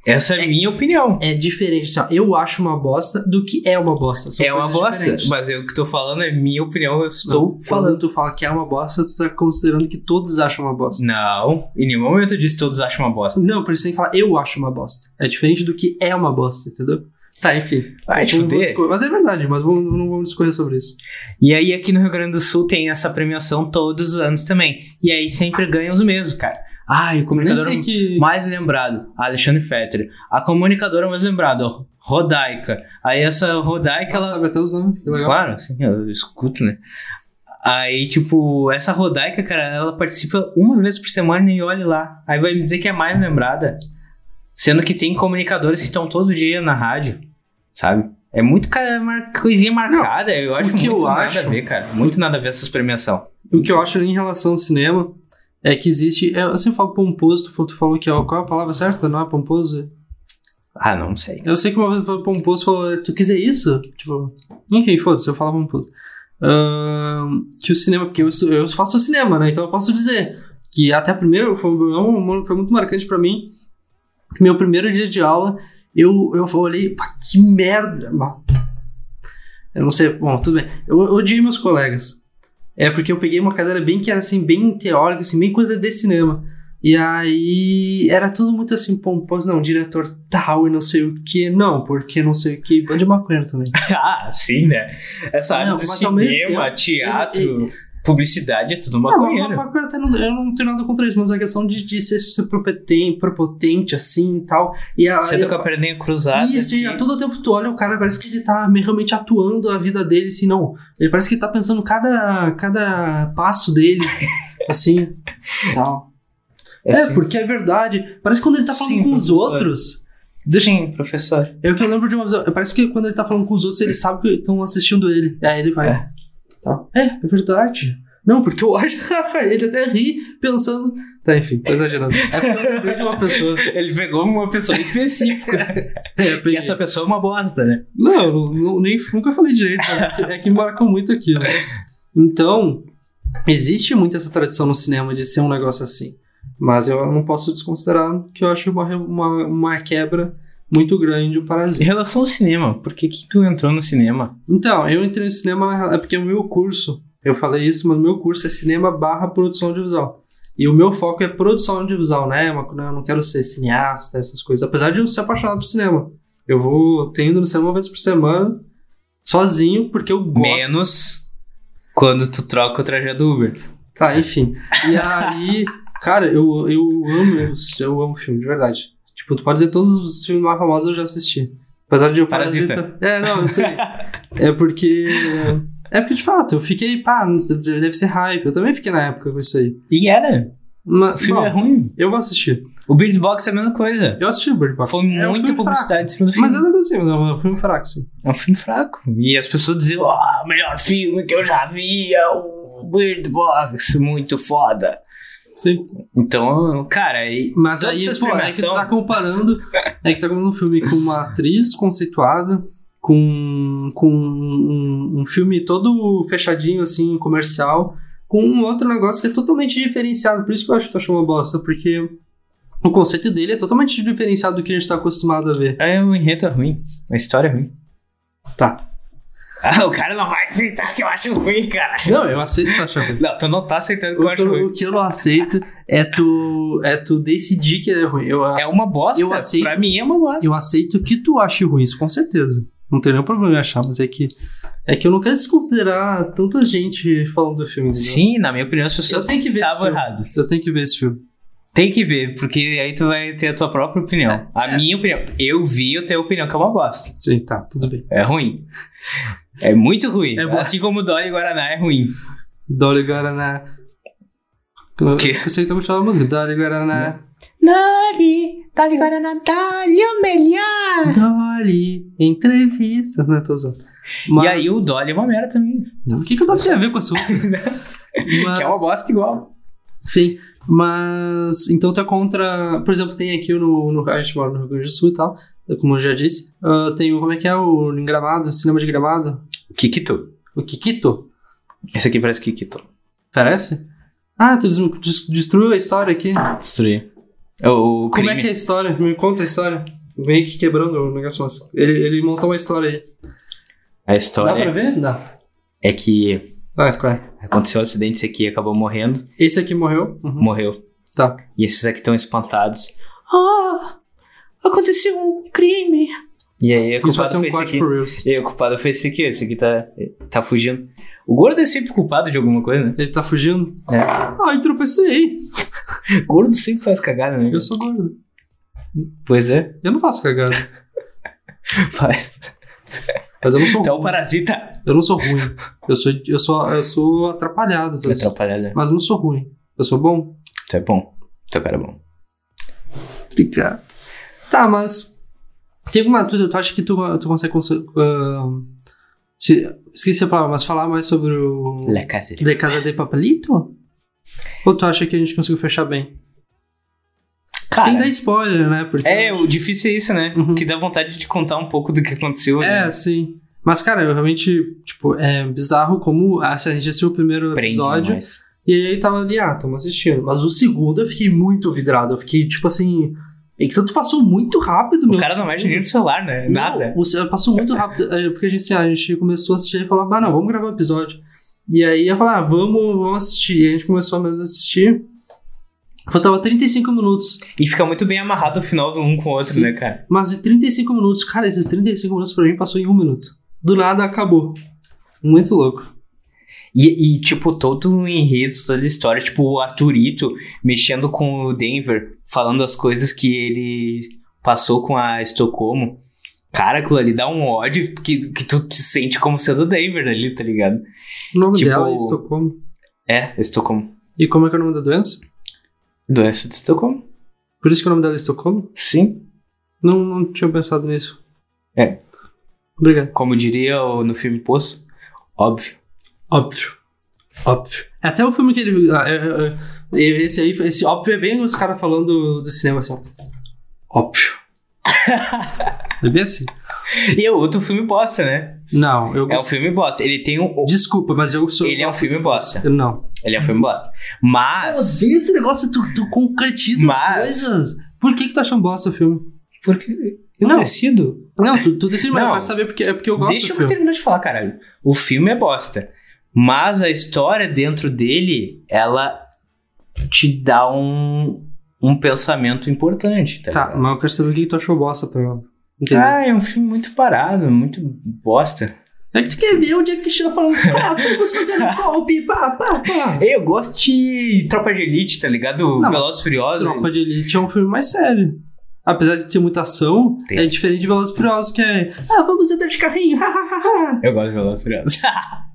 [SPEAKER 3] Essa é a minha opinião.
[SPEAKER 2] É diferente, assim, ó, eu acho uma bosta do que é uma bosta. São
[SPEAKER 3] É uma
[SPEAKER 2] coisas
[SPEAKER 3] bosta.
[SPEAKER 2] diferentes.
[SPEAKER 3] Mas eu que tô falando é minha opinião, eu estou
[SPEAKER 2] Não,
[SPEAKER 3] falando.
[SPEAKER 2] Quando tu fala que é uma bosta, tu tá considerando que todos acham uma bosta.
[SPEAKER 3] Não, em nenhum momento eu disse que todos acham uma bosta.
[SPEAKER 2] Não, por isso tem que falar eu acho uma bosta. É diferente do que é uma bosta, entendeu? Tá, enfim.
[SPEAKER 3] Vai te
[SPEAKER 2] Não vou
[SPEAKER 3] fuder.
[SPEAKER 2] discor- Mas é verdade, mas vamos- não vamos discorrer sobre isso.
[SPEAKER 3] E aí aqui no Rio Grande do Sul tem essa premiação todos os anos também. E aí sempre ganham os mesmos, cara. Ai, o
[SPEAKER 2] Eu nem
[SPEAKER 3] comunicador
[SPEAKER 2] sei que.
[SPEAKER 3] mais lembrado, Alexandre Fetter. A comunicadora mais lembrada, Rodaica. Aí essa Rodaica, ela
[SPEAKER 2] Sabe até os nomes. que legal.
[SPEAKER 3] Claro, assim, eu escuto, né? Aí, tipo, essa Rodaica, cara, ela participa uma vez por semana e olha lá. Aí vai me dizer que é mais lembrada. Sendo que tem comunicadores que estão todo dia na rádio, sabe? É muito ca- mar- coisinha marcada, eu acho
[SPEAKER 2] o que
[SPEAKER 3] muito
[SPEAKER 2] eu
[SPEAKER 3] nada
[SPEAKER 2] acho-
[SPEAKER 3] a ver, cara. Muito nada a ver essas premiação.
[SPEAKER 2] O que eu acho em relação ao cinema é que existe. Eu sempre falo pomposo, tu falou- tu falou que é. Qual é a palavra certa? Não é pomposo?
[SPEAKER 3] Ah, não sei.
[SPEAKER 2] Eu sei que uma vez o Pomposo falou, tu quiser isso? Tipo, enfim, foda-se, eu falo Pomposo. Ahn, que o cinema, porque eu, estu- eu faço cinema, né? Então eu posso dizer que até primeiro foi, um- foi muito marcante pra mim. que Meu primeiro dia de aula, eu, eu olhei, pá, que merda! mano." Eu não sei, bom, tudo bem. Eu, eu odiei meus colegas. É porque eu peguei uma cadeira bem que era assim, bem teórica, assim, bem coisa de cinema. E aí era tudo muito assim, pomposo, não, diretor tal e não sei o que, não, porque não sei o que, bando de maconheiro também.
[SPEAKER 3] ah, sim, né? Essa área
[SPEAKER 2] Ah, Não,
[SPEAKER 3] do
[SPEAKER 2] mas ao mesmo
[SPEAKER 3] cinema, teatro,
[SPEAKER 2] ele-
[SPEAKER 3] publicidade é tudo
[SPEAKER 2] Não,
[SPEAKER 3] maconheiro.
[SPEAKER 2] maconheiro até não, eu não tenho nada contra isso, mas a questão de, de ser superpotente, prepotente assim e tal. E a,
[SPEAKER 3] Você né?
[SPEAKER 2] e a-
[SPEAKER 3] tá com a perninha cruzada.
[SPEAKER 2] Isso, e
[SPEAKER 3] aqui.
[SPEAKER 2] a todo tempo tu olha o cara, parece que ele tá me- realmente atuando a vida dele, assim, não. Ele parece que ele tá pensando cada, cada passo dele, assim, tal. É,
[SPEAKER 3] assim.
[SPEAKER 2] porque é verdade. Parece que quando ele tá falando
[SPEAKER 3] Sim,
[SPEAKER 2] com os
[SPEAKER 3] professor.
[SPEAKER 2] outros,
[SPEAKER 3] Sim, professor.
[SPEAKER 2] É o que eu lembro de uma visão. Parece que quando ele tá falando com os outros, ele sabe que estão assistindo ele. Aí ele vai.
[SPEAKER 3] É.
[SPEAKER 2] É, é, verdade. Não, porque eu acho. ele até ri pensando. Tá, enfim, tô exagerando. É porque eu lembrei de uma pessoa.
[SPEAKER 3] Ele pegou uma pessoa específica.
[SPEAKER 2] É, porque...
[SPEAKER 3] e essa pessoa é uma bosta, né?
[SPEAKER 2] Não, eu não- nem, nunca falei direito. mas É que- é que marcou muito aquilo. Então, existe muito essa tradição no cinema de ser um negócio assim. Mas eu não posso desconsiderar que eu acho uma, re- uma, uma quebra muito grande, um parasita.
[SPEAKER 3] Em relação ao cinema, por que, que tu entrou no cinema?
[SPEAKER 2] Então, eu entrei no cinema é porque o meu curso, eu falei isso, mas o meu curso é cinema barra produção audiovisual. E o meu foco é produção audiovisual, né? Uma- Eu não quero ser cineasta, essas coisas. Apesar de eu ser apaixonado por cinema. Eu vou, tenho ido no cinema uma vez por semana, sozinho, porque eu gosto.
[SPEAKER 3] Menos quando tu troca o trajeto do Uber.
[SPEAKER 2] Tá, enfim. E aí, cara, eu, eu amo, eu, eu amo filme, de verdade. Tipo, tu pode dizer todos os filmes mais famosos eu já assisti. Apesar de eu
[SPEAKER 3] Parasita.
[SPEAKER 2] É, não, eu sei. É porque. É porque, de fato, eu fiquei, pá, deve ser hype. Eu também fiquei na época com isso aí.
[SPEAKER 3] E era. O
[SPEAKER 2] Mas,
[SPEAKER 3] filme é
[SPEAKER 2] bom,
[SPEAKER 3] ruim.
[SPEAKER 2] eu vou assistir.
[SPEAKER 3] O Bird Box é a mesma coisa.
[SPEAKER 2] Eu assisti o Bird Box.
[SPEAKER 3] Foi
[SPEAKER 2] É um
[SPEAKER 3] muita
[SPEAKER 2] filme
[SPEAKER 3] publicidade em cima do
[SPEAKER 2] fraco.
[SPEAKER 3] filme.
[SPEAKER 2] Mas eu não gostei, mas é um filme fraco, sim.
[SPEAKER 3] É um filme fraco. E as pessoas diziam, "Ah, ó, o melhor filme que eu já vi é o Bird Box. Muito foda.
[SPEAKER 2] Sim.
[SPEAKER 3] Então, cara, e
[SPEAKER 2] Mas
[SPEAKER 3] Toda
[SPEAKER 2] aí,
[SPEAKER 3] essa
[SPEAKER 2] pô, é que
[SPEAKER 3] explicação-
[SPEAKER 2] tu tá comparando. É que tu tá comparando um filme com uma atriz conceituada, com, com um, um filme todo fechadinho, assim, comercial, com um outro negócio que é totalmente diferenciado. Por isso que eu acho que tu achou uma bosta, porque o conceito dele é totalmente diferenciado do que a gente tá acostumado a ver.
[SPEAKER 3] aí o enredo é ruim, a história é ruim.
[SPEAKER 2] Tá.
[SPEAKER 3] Ah, o cara não vai aceitar que eu acho ruim, cara.
[SPEAKER 2] Não, eu aceito tu achar ruim.
[SPEAKER 3] Não, tu não tá aceitando que eu
[SPEAKER 2] O que
[SPEAKER 3] acho
[SPEAKER 2] eu-
[SPEAKER 3] ruim.
[SPEAKER 2] o que eu não aceito é tu, é tu decidir que é ruim. Eu,
[SPEAKER 3] É uma bosta.
[SPEAKER 2] Eu aceito.
[SPEAKER 3] Pra mim é uma bosta.
[SPEAKER 2] Eu aceito que tu ache ruim, isso com certeza. Não tem nenhum problema em achar, mas é que. É que eu não quero desconsiderar tanta gente falando do filme. entendeu?
[SPEAKER 3] Sim, na minha opinião, as pessoas
[SPEAKER 2] Eu tenho que ver
[SPEAKER 3] estavam
[SPEAKER 2] esse filme.
[SPEAKER 3] erradas.
[SPEAKER 2] Eu tenho que ver esse filme.
[SPEAKER 3] Tem que ver, porque aí tu vai ter a tua própria opinião. A minha opinião. Eu vi, eu tenho a opinião que é uma bosta.
[SPEAKER 2] Sim, tá, tudo bem.
[SPEAKER 3] É ruim. É muito ruim.
[SPEAKER 2] É bom.
[SPEAKER 3] assim como o Dolly Guaraná é ruim.
[SPEAKER 2] Dolly Guaraná. Eu,
[SPEAKER 3] quê? Né?
[SPEAKER 2] eu sei que tá gostando da música. Dolly Guaraná.
[SPEAKER 3] Dolly, Dolly Guaraná, Dolly é o melhor.
[SPEAKER 2] Dolly, entrevista. Não, eu tô zoando.
[SPEAKER 3] E aí o Dolly é uma merda também.
[SPEAKER 2] Não, O que, que eu tenho a ver com esse filme? Mas-
[SPEAKER 3] Que é uma bosta igual.
[SPEAKER 2] Sim, mas então tu é contra. Por exemplo, tem aqui no, no. A gente mora no Rio Grande do Sul e tal, como eu já disse. ah, tem o. Como é que é o em Gramado? Cinema de Gramado?
[SPEAKER 3] Kikito.
[SPEAKER 2] O Kikito?
[SPEAKER 3] Esse aqui parece Kikito.
[SPEAKER 2] Parece? Ah, tu des- des- destruiu a história aqui.
[SPEAKER 3] Destruir. O, o
[SPEAKER 2] Como
[SPEAKER 3] crime.
[SPEAKER 2] é que é a história? Me conta a história. Meio que quebrando o negócio, mas ele, ele montou uma história aí.
[SPEAKER 3] A
[SPEAKER 2] Dá pra
[SPEAKER 3] história
[SPEAKER 2] ver? Dá.
[SPEAKER 3] é que
[SPEAKER 2] Mas qual é?
[SPEAKER 3] aconteceu um acidente, esse aqui acabou morrendo.
[SPEAKER 2] Esse aqui morreu. Uhum.
[SPEAKER 3] Morreu.
[SPEAKER 2] Tá.
[SPEAKER 3] E esses aqui estão espantados. Ah, aconteceu um crime. E aí, o
[SPEAKER 2] Isso vai
[SPEAKER 3] É culpado
[SPEAKER 2] ser
[SPEAKER 3] foi
[SPEAKER 2] um
[SPEAKER 3] esse
[SPEAKER 2] corte
[SPEAKER 3] aqui.
[SPEAKER 2] pro Reels.
[SPEAKER 3] E aí, o culpado foi esse aqui. Esse aqui tá, tá fugindo. O gordo é sempre culpado de alguma coisa, né?
[SPEAKER 2] Ele tá fugindo?
[SPEAKER 3] É.
[SPEAKER 2] Ai, tropecei.
[SPEAKER 3] O gordo sempre faz cagada, né?
[SPEAKER 2] Eu sou gordo.
[SPEAKER 3] Pois é,
[SPEAKER 2] Eu não faço cagada.
[SPEAKER 3] faz.
[SPEAKER 2] Mas eu não sou
[SPEAKER 3] Então, o parasita.
[SPEAKER 2] Eu não sou ruim. Eu sou, eu sou, eu sou atrapalhado. tá?
[SPEAKER 3] Tu é atrapalhado, né?
[SPEAKER 2] Mas eu não sou ruim. Eu sou bom?
[SPEAKER 3] Tu é bom. Tu é cara bom.
[SPEAKER 2] Obrigado. Tá, mas. Tem alguma. Tu, tu acha que tu, tu consegue. conse- ahn, se, esqueci a palavra, mas falar mais sobre o.
[SPEAKER 3] La casa de...
[SPEAKER 2] De Casa de Papelito? Ou tu acha que a gente conseguiu fechar bem? Sem dar spoiler, né? Porque
[SPEAKER 3] é, o difícil é isso, né?
[SPEAKER 2] Uhum.
[SPEAKER 3] Que dá vontade de contar um pouco do que aconteceu. né?
[SPEAKER 2] É, sim. Mas, cara, eu realmente. Tipo, é bizarro como. Ah, se a gente assistiu o primeiro
[SPEAKER 3] Prende
[SPEAKER 2] episódio.
[SPEAKER 3] demais.
[SPEAKER 2] E aí tava ali, ah, tamo assistindo. Mas o segundo eu fiquei muito vidrado. Eu fiquei, tipo assim. É que tanto passou muito rápido,
[SPEAKER 3] O
[SPEAKER 2] meu.
[SPEAKER 3] cara não mexe nem no celular, né?
[SPEAKER 2] Não,
[SPEAKER 3] Nada.
[SPEAKER 2] o céu passou muito rápido. é, Porque a gente, assim, a gente começou a assistir e falou, ah, não, vamos gravar o episódio. E aí eu falei, ah, vamos, vamos assistir. E a gente começou mesmo a assistir. Faltava 35 minutos.
[SPEAKER 3] E fica muito bem amarrado o final do um com o outro,
[SPEAKER 2] Sim.
[SPEAKER 3] né, cara?
[SPEAKER 2] Mas de 35 minutos, cara, esses 35 minutos pra mim passou em um minuto. Do nada acabou. Muito louco.
[SPEAKER 3] E, e, tipo, todo o enredo, toda a história, tipo, o Arthurito mexendo com o Denver, falando as coisas que ele passou com a Estocolmo. Cara, aquilo ali dá um ódio que, que tu te sente como sendo o Denver ali, tá ligado?
[SPEAKER 2] O nome
[SPEAKER 3] Tipo-
[SPEAKER 2] dela é Estocolmo.
[SPEAKER 3] É, Estocolmo.
[SPEAKER 2] E como é que é o nome da doença?
[SPEAKER 3] Doença de Estocolmo?
[SPEAKER 2] Por isso que o nome dela é Estocolmo?
[SPEAKER 3] Sim.
[SPEAKER 2] Não, não tinha pensado nisso.
[SPEAKER 3] É.
[SPEAKER 2] Obrigado.
[SPEAKER 3] Como diria o- no filme Poço, óbvio.
[SPEAKER 2] Óbvio. Óbvio. Até o filme que ele. ah, é, é, é, Esse aí, esse óbvio é bem os caras falando do cinema assim. ó. Óbvio. é bem assim.
[SPEAKER 3] E é outro filme bosta, né?
[SPEAKER 2] Não, eu
[SPEAKER 3] É um
[SPEAKER 2] gosto.
[SPEAKER 3] filme bosta. Ele tem um.
[SPEAKER 2] Desculpa, mas eu sou.
[SPEAKER 3] Ele é um filme bosta.
[SPEAKER 2] Eu não.
[SPEAKER 3] Ele é um filme bosta. Mas.
[SPEAKER 2] Ah, odeio esse negócio, tu, tu concretiza
[SPEAKER 3] Mas-
[SPEAKER 2] Por que, que tu acha um bosta o filme?
[SPEAKER 3] Porque.
[SPEAKER 2] eu
[SPEAKER 3] decido.
[SPEAKER 2] Não, tu, tu decide, mas eu
[SPEAKER 3] Não.
[SPEAKER 2] quero saber porque, é porque eu gosto
[SPEAKER 3] Deixa
[SPEAKER 2] do
[SPEAKER 3] eu
[SPEAKER 2] filme.
[SPEAKER 3] terminar de falar, caralho. O filme é bosta. Mas a história dentro dele, ela te dá um, um pensamento importante, tá,
[SPEAKER 2] Tá,
[SPEAKER 3] ligado?
[SPEAKER 2] mas eu quero saber o que, que tu achou bosta pra eu entender.
[SPEAKER 3] Ah, é um filme muito parado, muito bosta.
[SPEAKER 2] É que tu quer ver o dia que chega falando, pá, vamos fazer um golpe, pá, pá, pá.
[SPEAKER 3] Ei, Eu gosto de Tropa de Elite, tá ligado?
[SPEAKER 2] Não,
[SPEAKER 3] Velozes e Furiosos.
[SPEAKER 2] Tropa de Elite é um filme mais sério. Apesar de ter muita ação,
[SPEAKER 3] Tem.
[SPEAKER 2] é diferente de Velozes e Furiosos, que é... Ah, vamos andar de carrinho, ha, ha, ha, ha.
[SPEAKER 3] Eu gosto de Velozes e Furiosos.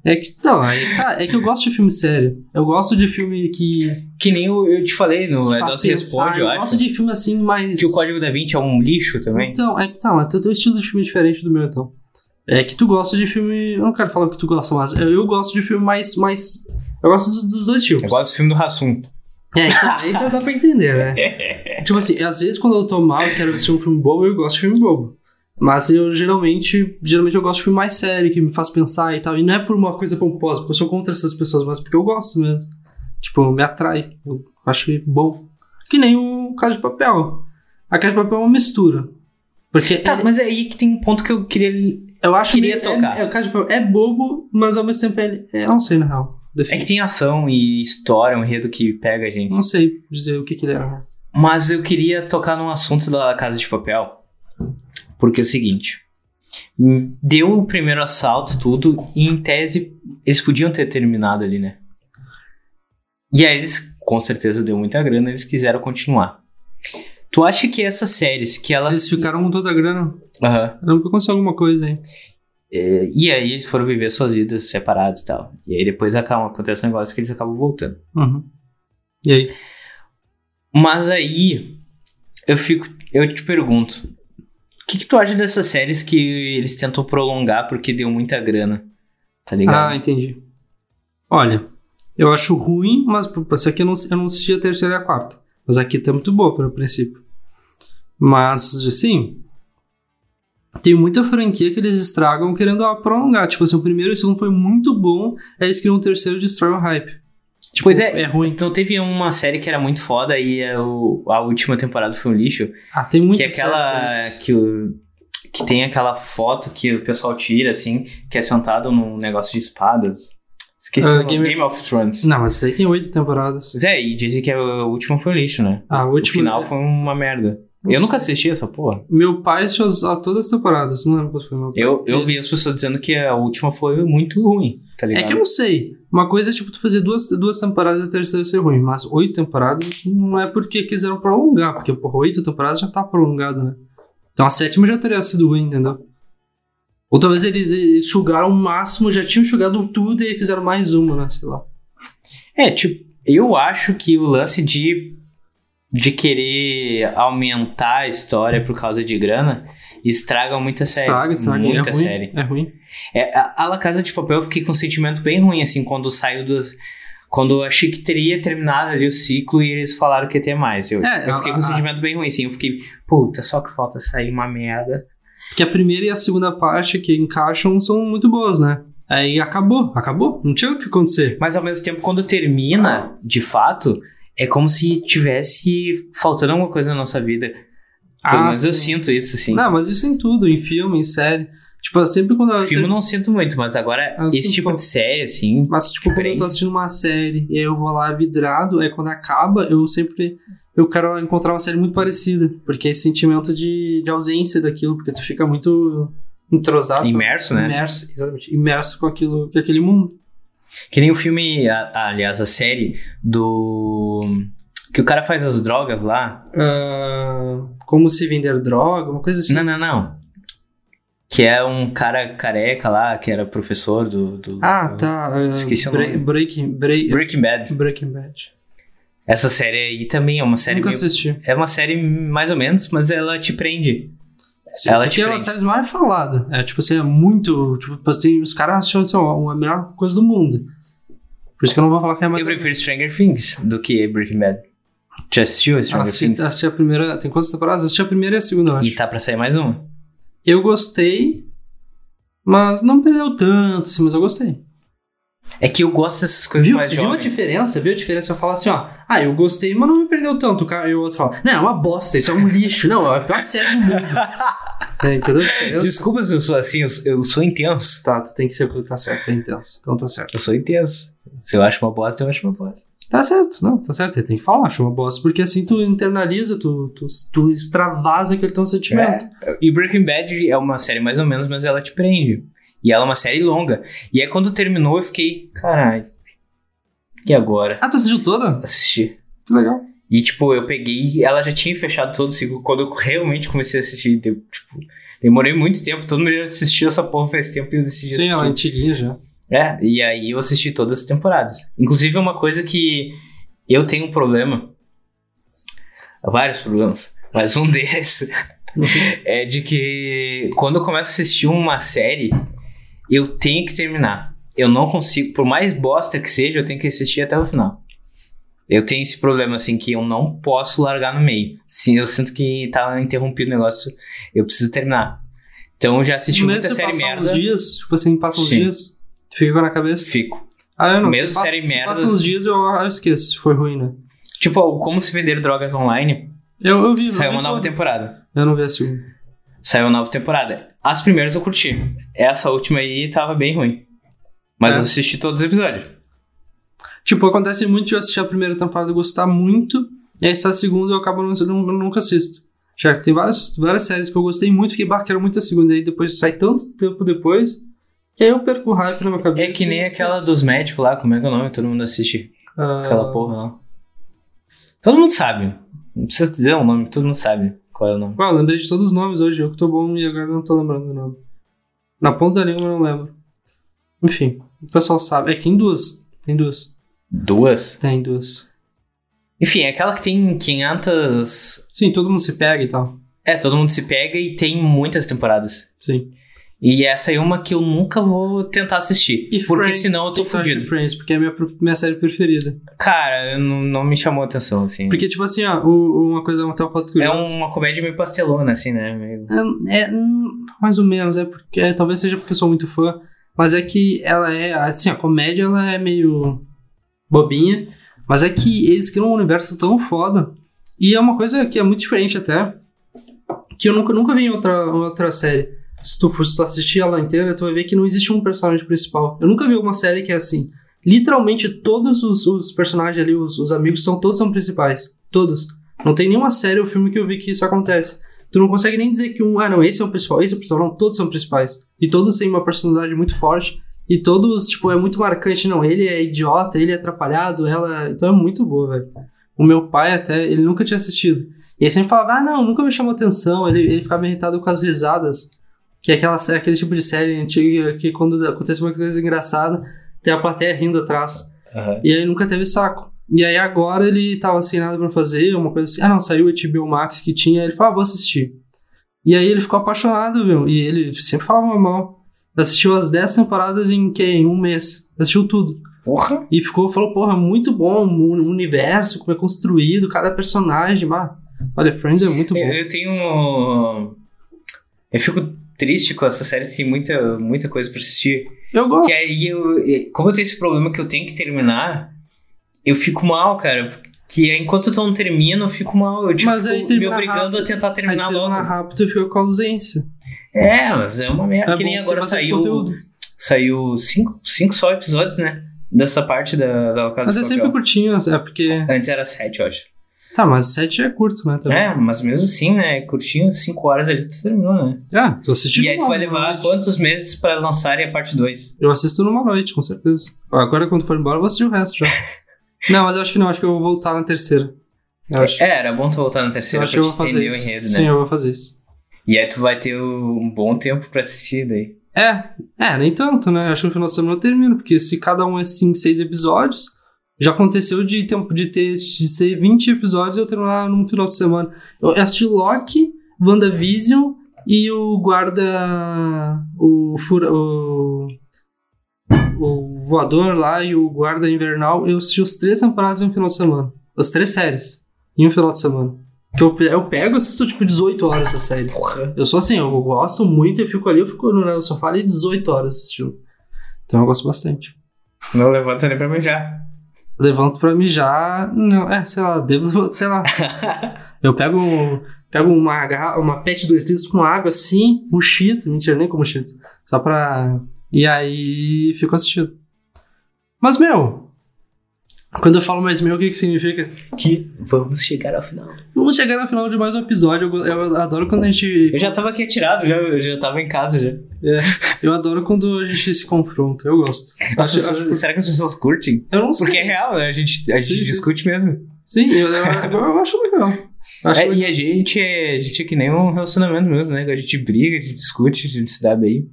[SPEAKER 2] É que, não, é, cara, é que eu gosto de filme sério. Eu gosto de filme que,
[SPEAKER 3] que nem eu, eu te falei no
[SPEAKER 2] que
[SPEAKER 3] Edos Responde,
[SPEAKER 2] Eu
[SPEAKER 3] eu
[SPEAKER 2] gosto
[SPEAKER 3] acho.
[SPEAKER 2] de filme assim, mais...
[SPEAKER 3] Que o Código da Vinci é um lixo também.
[SPEAKER 2] Então, é que tá, mas tu tem um estilo de filme diferente do meu, então. É que tu gosta de filme... Eu não quero falar o que tu gosta, mas eu, eu gosto de filme mais... mais... Eu gosto do- dos dois tipos.
[SPEAKER 3] Eu gosto do filme do Rassum.
[SPEAKER 2] É, então aí já dá pra entender, né? tipo assim, às vezes quando eu tô mal e quero assistir um filme bobo, eu gosto de filme bobo. Mas eu geralmente, geralmente eu gosto de filme mais sério, que me faz pensar e tal. E não é por uma coisa pomposa, porque eu sou contra essas pessoas, mas porque eu gosto mesmo. Tipo, me atrai. Eu acho bom. Que nem o Casa de Papel. A Casa de Papel é uma mistura. Porque
[SPEAKER 3] Tá, mas é aí que tem um ponto que eu queria.
[SPEAKER 2] eu acho
[SPEAKER 3] queria
[SPEAKER 2] meio-
[SPEAKER 3] tocar.
[SPEAKER 2] É, é, o Casa de Papel é bobo, mas ao mesmo tempo ele. É, eu não sei, na real.
[SPEAKER 3] É que tem ação e história, um enredo que pega a gente.
[SPEAKER 2] Não sei dizer o que que ele é.
[SPEAKER 3] Mas eu queria tocar num assunto da Casa de Papel. Porque é o seguinte. Deu o primeiro assalto, tudo, e em tese eles podiam ter terminado ali, né? E aí eles, com certeza deu muita grana, eles quiseram continuar. Tu acha que essas séries que elas.
[SPEAKER 2] Eles ficaram com toda a grana.
[SPEAKER 3] Aham.
[SPEAKER 2] Não aconteceu alguma coisa aí.
[SPEAKER 3] É, E aí eles foram viver suas vidas separadas e tal. E aí depois acaba, acontece um negócio que eles acabam voltando.
[SPEAKER 2] Uhum. E aí?
[SPEAKER 3] Mas aí eu fico, eu te pergunto, o que, que tu acha dessas séries que eles tentam prolongar porque deu muita grana? Tá
[SPEAKER 2] Ah,
[SPEAKER 3] ligado?
[SPEAKER 2] entendi. Olha, eu acho ruim, mas por- só que eu não, eu não assisti a terceira e a quarta. Mas aqui tá muito boa, pelo princípio. Mas, assim, tem muita franquia que eles estragam querendo ah, prolongar. Tipo assim, o primeiro e o segundo foi muito bom, aí eles criam um terceiro e destroem o hype. Tipo,
[SPEAKER 3] pois é,
[SPEAKER 2] É ruim.
[SPEAKER 3] Então teve uma série que era muito foda e a, o- a última temporada foi um lixo.
[SPEAKER 2] Ah, tem muito
[SPEAKER 3] que é aquela. Que, o- que tem aquela foto que o pessoal tira, assim, que é sentado num negócio de espadas. Esqueci
[SPEAKER 2] Ah,
[SPEAKER 3] o nome.
[SPEAKER 2] Game
[SPEAKER 3] Game,
[SPEAKER 2] of-
[SPEAKER 3] of Thrones.
[SPEAKER 2] Não, mas isso aí tem oito temporadas.
[SPEAKER 3] Pois é, e dizem que a última foi um lixo, né?
[SPEAKER 2] A última.
[SPEAKER 3] o final foi uma merda. Eu nunca assisti essa porra.
[SPEAKER 2] Meu pai assistiu as- a todas as temporadas. Não lembro qual foi o meu pai.
[SPEAKER 3] Eu, eu vi as pessoas dizendo que a última foi muito ruim, tá ligado?
[SPEAKER 2] É que eu não sei. Uma coisa é tipo tu fazer duas, duas temporadas e a terceira ser ruim, mas oito temporadas não é porque quiseram prolongar, porque porra, oito temporadas já tá prolongado, né? Então a sétima já teria sido ruim, entendeu? Ou talvez eles enxugaram o máximo, já tinham enxugado tudo e aí fizeram mais uma, né? Sei lá.
[SPEAKER 3] É, tipo, eu acho que o lance de, de querer aumentar a história por causa de grana estraga muita série.
[SPEAKER 2] Estraga, estraga. é
[SPEAKER 3] Muita
[SPEAKER 2] ruim,
[SPEAKER 3] série.
[SPEAKER 2] É ruim.
[SPEAKER 3] É, a, a La Casa de Papel eu fiquei com um sentimento bem ruim, assim, quando saiu das. Quando eu achei que teria terminado ali o ciclo e eles falaram que ia ter mais. Eu,
[SPEAKER 2] É,
[SPEAKER 3] eu fiquei
[SPEAKER 2] a-
[SPEAKER 3] com um
[SPEAKER 2] a-
[SPEAKER 3] sentimento bem ruim, assim. Eu fiquei, puta, só que falta sair uma merda.
[SPEAKER 2] Porque a primeira e a segunda parte que encaixam são muito boas, né? Aí acabou, acabou. Não tinha o que acontecer.
[SPEAKER 3] Mas ao mesmo tempo, quando termina, de fato, é como se tivesse faltando alguma coisa na nossa vida. Pelo
[SPEAKER 2] Ah,
[SPEAKER 3] menos eu
[SPEAKER 2] sim.
[SPEAKER 3] sinto isso, assim.
[SPEAKER 2] Não, mas isso em tudo, em filme, em série. Tipo, sempre quando eu
[SPEAKER 3] Filme eu não sinto muito, mas agora
[SPEAKER 2] Eu
[SPEAKER 3] esse
[SPEAKER 2] sinto
[SPEAKER 3] tipo
[SPEAKER 2] pouco.
[SPEAKER 3] de série, assim.
[SPEAKER 2] Mas, tipo, quando eu
[SPEAKER 3] Diferente.
[SPEAKER 2] tô assistindo uma série e aí eu vou lá vidrado, aí quando acaba, eu sempre. Eu quero encontrar uma série muito parecida. Porque é esse sentimento de, de ausência daquilo, porque tu fica muito entrosado. sabe?
[SPEAKER 3] Imerso, né?
[SPEAKER 2] Imerso, exatamente. Imerso com aquilo, com aquele mundo.
[SPEAKER 3] Que nem o filme, a- a- aliás, a série do. Que o cara faz as drogas lá.
[SPEAKER 2] Ah, como se vender droga, uma coisa assim.
[SPEAKER 3] Não, não, não. Que é um cara careca lá, que era professor do. do-
[SPEAKER 2] Ah,
[SPEAKER 3] do-
[SPEAKER 2] tá. ah,
[SPEAKER 3] Esqueci o
[SPEAKER 2] Bre-
[SPEAKER 3] nome.
[SPEAKER 2] Breaking, break,
[SPEAKER 3] Breaking Bad.
[SPEAKER 2] Breaking Bad.
[SPEAKER 3] Essa série aí também é uma série
[SPEAKER 2] Nunca
[SPEAKER 3] meio-
[SPEAKER 2] assisti.
[SPEAKER 3] É uma série mais ou menos, mas ela te prende.
[SPEAKER 2] Sim,
[SPEAKER 3] Ela
[SPEAKER 2] isso
[SPEAKER 3] te
[SPEAKER 2] aqui é uma
[SPEAKER 3] prende.
[SPEAKER 2] das séries mais faladas. É, tipo assim, é muito. Tipo, assim, os caras acham assim, ó, a melhor coisa do mundo. Por isso que eu não vou falar que é a mais.
[SPEAKER 3] Eu prefiro Stranger Things do que Breaking Bad. Já assistiu Stranger
[SPEAKER 2] Assisti,
[SPEAKER 3] Things?
[SPEAKER 2] assisti a primeira. Tem quantas temporadas? Assisti a primeira e a segunda, eu acho.
[SPEAKER 3] E tá pra sair mais uma.
[SPEAKER 2] Eu gostei, mas não perdeu tanto, assim, mas eu gostei.
[SPEAKER 3] É que eu gosto dessas coisas
[SPEAKER 2] Viu,
[SPEAKER 3] mais
[SPEAKER 2] viu a
[SPEAKER 3] jovens.
[SPEAKER 2] diferença? Viu a diferença? Eu falo assim, ó. Ah, eu gostei, mas não me perdeu tanto. O cara- E o outro fala, não, é uma bosta, isso é um lixo. Não, é a pior série do mundo. é, entendeu? Eu-
[SPEAKER 3] Desculpa se eu sou assim, eu, eu sou intenso.
[SPEAKER 2] Tá, tu tem que ser o que tá certo, é intenso. Então tá certo.
[SPEAKER 3] Eu sou intenso. Se eu acho uma bosta, eu acho uma bosta.
[SPEAKER 2] Tá certo, não, tá certo. Tem que falar, acho uma bosta, porque assim tu internaliza, tu, tu, tu extravasa aquele teu sentimento.
[SPEAKER 3] E Breaking Bad é uma série mais ou menos, mas ela te prende. E ela é uma série longa. E aí quando terminou, eu fiquei, caralho. E agora?
[SPEAKER 2] Ah, tu assistiu toda?
[SPEAKER 3] Assisti.
[SPEAKER 2] Que legal.
[SPEAKER 3] E tipo, eu peguei, ela já tinha fechado todo o ciclo. Quando eu realmente comecei a assistir, deu, tipo, demorei muito tempo, todo mundo já assistiu essa porra faz tempo e eu decidi
[SPEAKER 2] Sim,
[SPEAKER 3] assistir.
[SPEAKER 2] ela é antiguinha já.
[SPEAKER 3] É, e aí eu assisti todas as temporadas. Inclusive, é uma coisa que eu tenho um problema. Vários problemas. Mas um deles é de que quando eu começo a assistir uma série, eu tenho que terminar. Eu não consigo, por mais bosta que seja, eu tenho que assistir até o final. Eu tenho esse problema, assim, que eu não posso largar no meio. Sim, eu sinto que tá interrompido o negócio. Eu preciso terminar. Então eu já assisti muita
[SPEAKER 2] se
[SPEAKER 3] série
[SPEAKER 2] passar
[SPEAKER 3] merda.
[SPEAKER 2] uns dias, tipo assim, passa uns
[SPEAKER 3] Sim.
[SPEAKER 2] dias, fica na cabeça.
[SPEAKER 3] Fico.
[SPEAKER 2] Ah, eu não
[SPEAKER 3] Mesmo
[SPEAKER 2] se passa,
[SPEAKER 3] série
[SPEAKER 2] se
[SPEAKER 3] merda.
[SPEAKER 2] Passa uns dias eu, eu esqueço, se foi ruim, né?
[SPEAKER 3] Tipo, como se vender drogas online.
[SPEAKER 2] Eu, eu vi, eu
[SPEAKER 3] Saiu
[SPEAKER 2] vi
[SPEAKER 3] uma nova
[SPEAKER 2] toda.
[SPEAKER 3] temporada.
[SPEAKER 2] Eu não vi a segunda.
[SPEAKER 3] Saiu uma nova temporada. As primeiras eu curti. Essa última aí tava bem ruim. Mas
[SPEAKER 2] É.
[SPEAKER 3] eu assisti todos os episódios.
[SPEAKER 2] Tipo, acontece muito eu assistir a primeira temporada e gostar muito, e aí essa segunda eu acabo não, não- nunca assisto. Já que tem várias, várias séries que eu gostei muito, fiquei, bah, quero muito a segunda, e aí depois sai tanto tempo depois, que aí eu perco o hype na minha cabeça.
[SPEAKER 3] É que nem
[SPEAKER 2] e
[SPEAKER 3] aquela
[SPEAKER 2] esqueço.
[SPEAKER 3] dos médicos lá, como é que é o nome? Todo mundo assiste
[SPEAKER 2] Ah,
[SPEAKER 3] aquela porra lá. Todo mundo sabe. Não precisa dizer o nome, todo mundo sabe qual é o nome.
[SPEAKER 2] Ué, eu lembrei de todos os nomes hoje, eu que tô bom e agora eu não tô lembrando do nome. Na ponta da língua eu não lembro. Enfim, o pessoal sabe. É que tem duas. Tem duas.
[SPEAKER 3] Duas?
[SPEAKER 2] Tem duas.
[SPEAKER 3] Enfim, é aquela que tem 500.
[SPEAKER 2] Sim, todo mundo se pega e tal.
[SPEAKER 3] É, todo mundo se pega e tem muitas temporadas.
[SPEAKER 2] Sim.
[SPEAKER 3] E essa é uma que eu nunca vou tentar assistir. porque senão eu tô
[SPEAKER 2] o que tu acha de
[SPEAKER 3] fudido.
[SPEAKER 2] Friends, porque é a minha, pro- minha série preferida.
[SPEAKER 3] Cara, eu não, não me chamou atenção, assim.
[SPEAKER 2] Porque, tipo assim, ó, o- uma coisa, uma tal foto
[SPEAKER 3] é
[SPEAKER 2] curiosa.
[SPEAKER 3] uma comédia meio pastelona, assim, né? Meio-
[SPEAKER 2] É, é, hum, mais ou menos, é porque. é, talvez seja porque eu sou muito fã, mas é que ela é. Assim, a comédia ela é meio bobinha, mas é que eles criam um universo tão foda. E é uma coisa que é muito diferente até, que eu nunca, nunca vi em outra, em outra série. Se tu, for- se tu assistir ela inteira, tu vai ver que não existe um personagem principal. Eu nunca vi uma série que é assim. Literalmente todos os, os personagens ali, os, os amigos, são todos são principais. Todos. Não tem nenhuma série ou filme que eu vi que isso acontece. Tu não consegue nem dizer que um, ah não, esse é o principal, esse é o principal, não, todos são principais. E todos têm uma personalidade muito forte. E todos, tipo, é muito marcante, não, ele é idiota, ele é atrapalhado, ela. Então é muito boa, velho. O meu pai até, ele nunca tinha assistido. E ele sempre falava, ah não, nunca me chamou atenção. Ele, ele ficava irritado com as risadas. Que é aquela, sé- aquele tipo de série antiga que quando acontece uma coisa engraçada, tem a plateia rindo atrás. E aí nunca teve saco. E aí agora ele tava sem nada pra fazer, uma coisa assim. Ah, não, saiu o HBO Max que tinha, ele falou, ah, vou assistir. E aí ele ficou apaixonado, viu? E ele sempre falava mal. Assistiu as 10 temporadas em que? Em um mês. Assistiu tudo.
[SPEAKER 3] Porra!
[SPEAKER 2] E ficou, falou, porra, muito bom o universo, como é construído, cada personagem. Mas, olha, Friends é muito bom.
[SPEAKER 3] Eu, eu tenho. Eu fico triste com essa série, tem muita, muita coisa pra assistir.
[SPEAKER 2] Eu gosto.
[SPEAKER 3] Que aí eu. e- Como eu tenho esse problema que eu tenho que terminar, eu fico mal, cara. Que é, enquanto eu não termino, eu fico mal. Eu tipo,
[SPEAKER 2] Mas aí
[SPEAKER 3] fico me
[SPEAKER 2] termina
[SPEAKER 3] obrigando
[SPEAKER 2] rápido.
[SPEAKER 3] a tentar
[SPEAKER 2] Aí
[SPEAKER 3] terminar logo.
[SPEAKER 2] termina rápido e fica com a ausência.
[SPEAKER 3] É, mas é uma merda.
[SPEAKER 2] É
[SPEAKER 3] que
[SPEAKER 2] bom,
[SPEAKER 3] nem
[SPEAKER 2] tem
[SPEAKER 3] agora
[SPEAKER 2] bastante
[SPEAKER 3] saiu.
[SPEAKER 2] conteúdo. é
[SPEAKER 3] Saiu cinco, cinco só episódios, né? Dessa parte da, da Casa
[SPEAKER 2] Mas
[SPEAKER 3] de
[SPEAKER 2] é sempre
[SPEAKER 3] Papel.
[SPEAKER 2] curtinho, é porque...
[SPEAKER 3] Antes era sete, eu acho.
[SPEAKER 2] Tá, mas 7 é curto, né? também.
[SPEAKER 3] É, mas mesmo assim, né? Curtinho, cinco horas ali, tu terminou, né?
[SPEAKER 2] Ah, tô assistindo.
[SPEAKER 3] e aí tu
[SPEAKER 2] uma
[SPEAKER 3] vai levar
[SPEAKER 2] noite.
[SPEAKER 3] quantos meses pra lançarem a parte 2?
[SPEAKER 2] Eu assisto numa noite, com certeza. Agora, quando for embora, eu vou assistir o resto já. não, mas eu acho que não. Acho que eu vou voltar na terceira. Eu acho.
[SPEAKER 3] É, era bom tu voltar na
[SPEAKER 2] eu
[SPEAKER 3] terceira
[SPEAKER 2] acho que eu
[SPEAKER 3] pra
[SPEAKER 2] vou
[SPEAKER 3] te
[SPEAKER 2] fazer
[SPEAKER 3] entender o
[SPEAKER 2] isso.
[SPEAKER 3] enredo,
[SPEAKER 2] Sim,
[SPEAKER 3] né?
[SPEAKER 2] eu vou fazer isso.
[SPEAKER 3] E aí tu vai ter um bom tempo pra assistir daí.
[SPEAKER 2] É, é, nem tanto, né? Acho que no final de semana eu termino, porque se cada um é 5, 6 episódios, já aconteceu de tempo de ter de ser 20 episódios e eu terminar num final de semana. Eu assisti Loki, WandaVision e o guarda. o fura, o, o voador lá e o guarda invernal. Eu assisti os três temporadas em um final de semana. As três séries em um final de semana. Que eu, pe- eu pego e assisto tipo 18 horas essa série.
[SPEAKER 3] Porra.
[SPEAKER 2] Eu sou assim, eu gosto muito e fico ali, eu fico no sofá ali 18 horas assistindo. Então eu gosto bastante.
[SPEAKER 3] Não levanta nem pra mijar.
[SPEAKER 2] Levanto pra mijar, não, é, sei lá, devo, sei lá. eu pego, pego uma garrafa, uma pet de 2 litros com água assim, um cheeto, mentira, nem como cheeto, só pra... E aí fico assistindo. Mas, meu, quando eu falo mais meu, o que que significa?
[SPEAKER 3] Que vamos chegar ao final.
[SPEAKER 2] Vamos chegar no final de mais um episódio, eu, go- eu adoro quando a gente...
[SPEAKER 3] Eu já tava aqui atirado, já, eu já tava em casa já.
[SPEAKER 2] Eu adoro quando a gente se confronta, eu gosto.
[SPEAKER 3] As
[SPEAKER 2] Acho-
[SPEAKER 3] pessoas-
[SPEAKER 2] acho-
[SPEAKER 3] será que as pessoas curtem?
[SPEAKER 2] eu não sei.
[SPEAKER 3] Porque é real, né? A gente, a
[SPEAKER 2] Sim,
[SPEAKER 3] gente
[SPEAKER 2] sim.
[SPEAKER 3] discute mesmo.
[SPEAKER 2] Sim, eu, eu, eu acho legal. Acho
[SPEAKER 3] É,
[SPEAKER 2] legal.
[SPEAKER 3] e a gente, é, a gente é que nem um relacionamento mesmo, né? A gente briga, a gente discute, a gente se dá bem.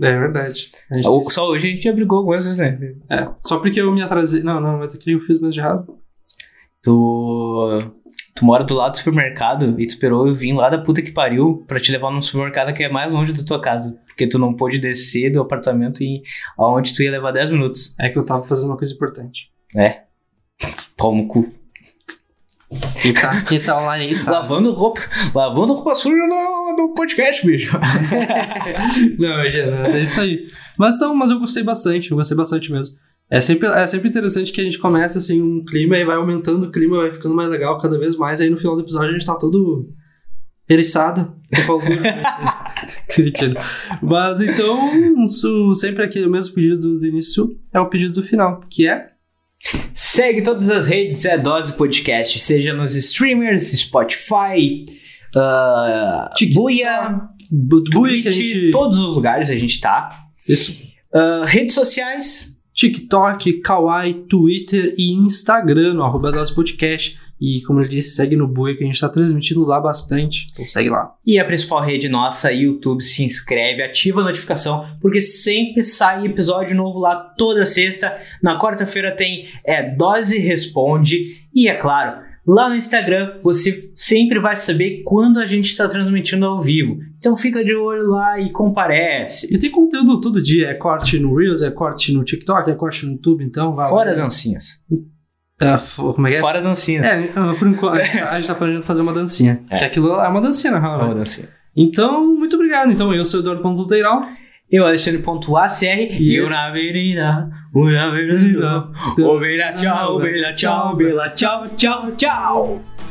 [SPEAKER 2] É, verdade. A gente
[SPEAKER 3] Ou-
[SPEAKER 2] tem-
[SPEAKER 3] Só hoje a gente já brigou algumas vezes, né?
[SPEAKER 2] é, só porque eu me atrasei. Não, não, mas aqui eu fiz mais de errado.
[SPEAKER 3] Tu. Tu mora do lado do supermercado e tu esperou eu vir lá da puta que pariu pra te levar num supermercado que é mais longe da tua casa. Porque tu não pôde descer do apartamento e aonde tu ia levar 10 minutos.
[SPEAKER 2] É que eu tava fazendo uma coisa importante.
[SPEAKER 3] É. Pau no cu.
[SPEAKER 2] Quem tá, quem tá online aí sabe.
[SPEAKER 3] Lavando roupa, lavando roupa suja no, no podcast, bicho.
[SPEAKER 2] Não, imagina, é isso aí. Mas então, mas eu gostei bastante, eu gostei bastante mesmo. É sempre, é sempre interessante que a gente começa assim um clima e vai aumentando o clima, vai ficando mais legal cada vez mais. Aí no final do episódio a gente tá todo eriçado. com falgura. Mentira. mas então, isso, sempre aquele mesmo pedido do, do início é o pedido do final, que é
[SPEAKER 3] Segue todas as redes é Dose Podcast, seja nos streamers, Spotify, ah,
[SPEAKER 2] TikTok,
[SPEAKER 3] Buia,
[SPEAKER 2] Buia
[SPEAKER 3] Twitch,
[SPEAKER 2] que a gente-
[SPEAKER 3] todos os lugares a gente tá.
[SPEAKER 2] isso.
[SPEAKER 3] Ah, redes sociais,
[SPEAKER 2] TikTok, Kawaii, Twitter e Instagram, no arroba Dose Podcast. E como ele disse, segue no Boi que a gente tá transmitindo lá bastante. Então segue lá.
[SPEAKER 3] e a principal rede nossa, YouTube, se inscreve, ativa a notificação, porque sempre sai episódio novo lá toda sexta. Na quarta-feira tem é, Dose Responde, e é claro, lá no Instagram você sempre vai saber quando a gente está transmitindo ao vivo. Então fica de olho lá e comparece.
[SPEAKER 2] E tem conteúdo todo dia, é corte no Reels, é corte no TikTok, é corte no YouTube, então vai lá.
[SPEAKER 3] Fora dancinhas.
[SPEAKER 2] Ah, fo- como é que é?
[SPEAKER 3] Fora dancinhas.
[SPEAKER 2] É, por enquanto, a gente tá- a gente tá planejando fazer uma dancinha.
[SPEAKER 3] É.
[SPEAKER 2] Que aquilo é uma dancinha, na real.
[SPEAKER 3] Fora
[SPEAKER 2] né?
[SPEAKER 3] dancinha.
[SPEAKER 2] Então, muito obrigado. Então, eu sou o Eduardo Ponto Luteiral.
[SPEAKER 3] Eu, Alexandre.acr, e eu
[SPEAKER 2] Yes.
[SPEAKER 3] na avenida, eu na avenida. Ovelha, tchau, ovelha, tchau, ovelha, tchau, tchau, tchau.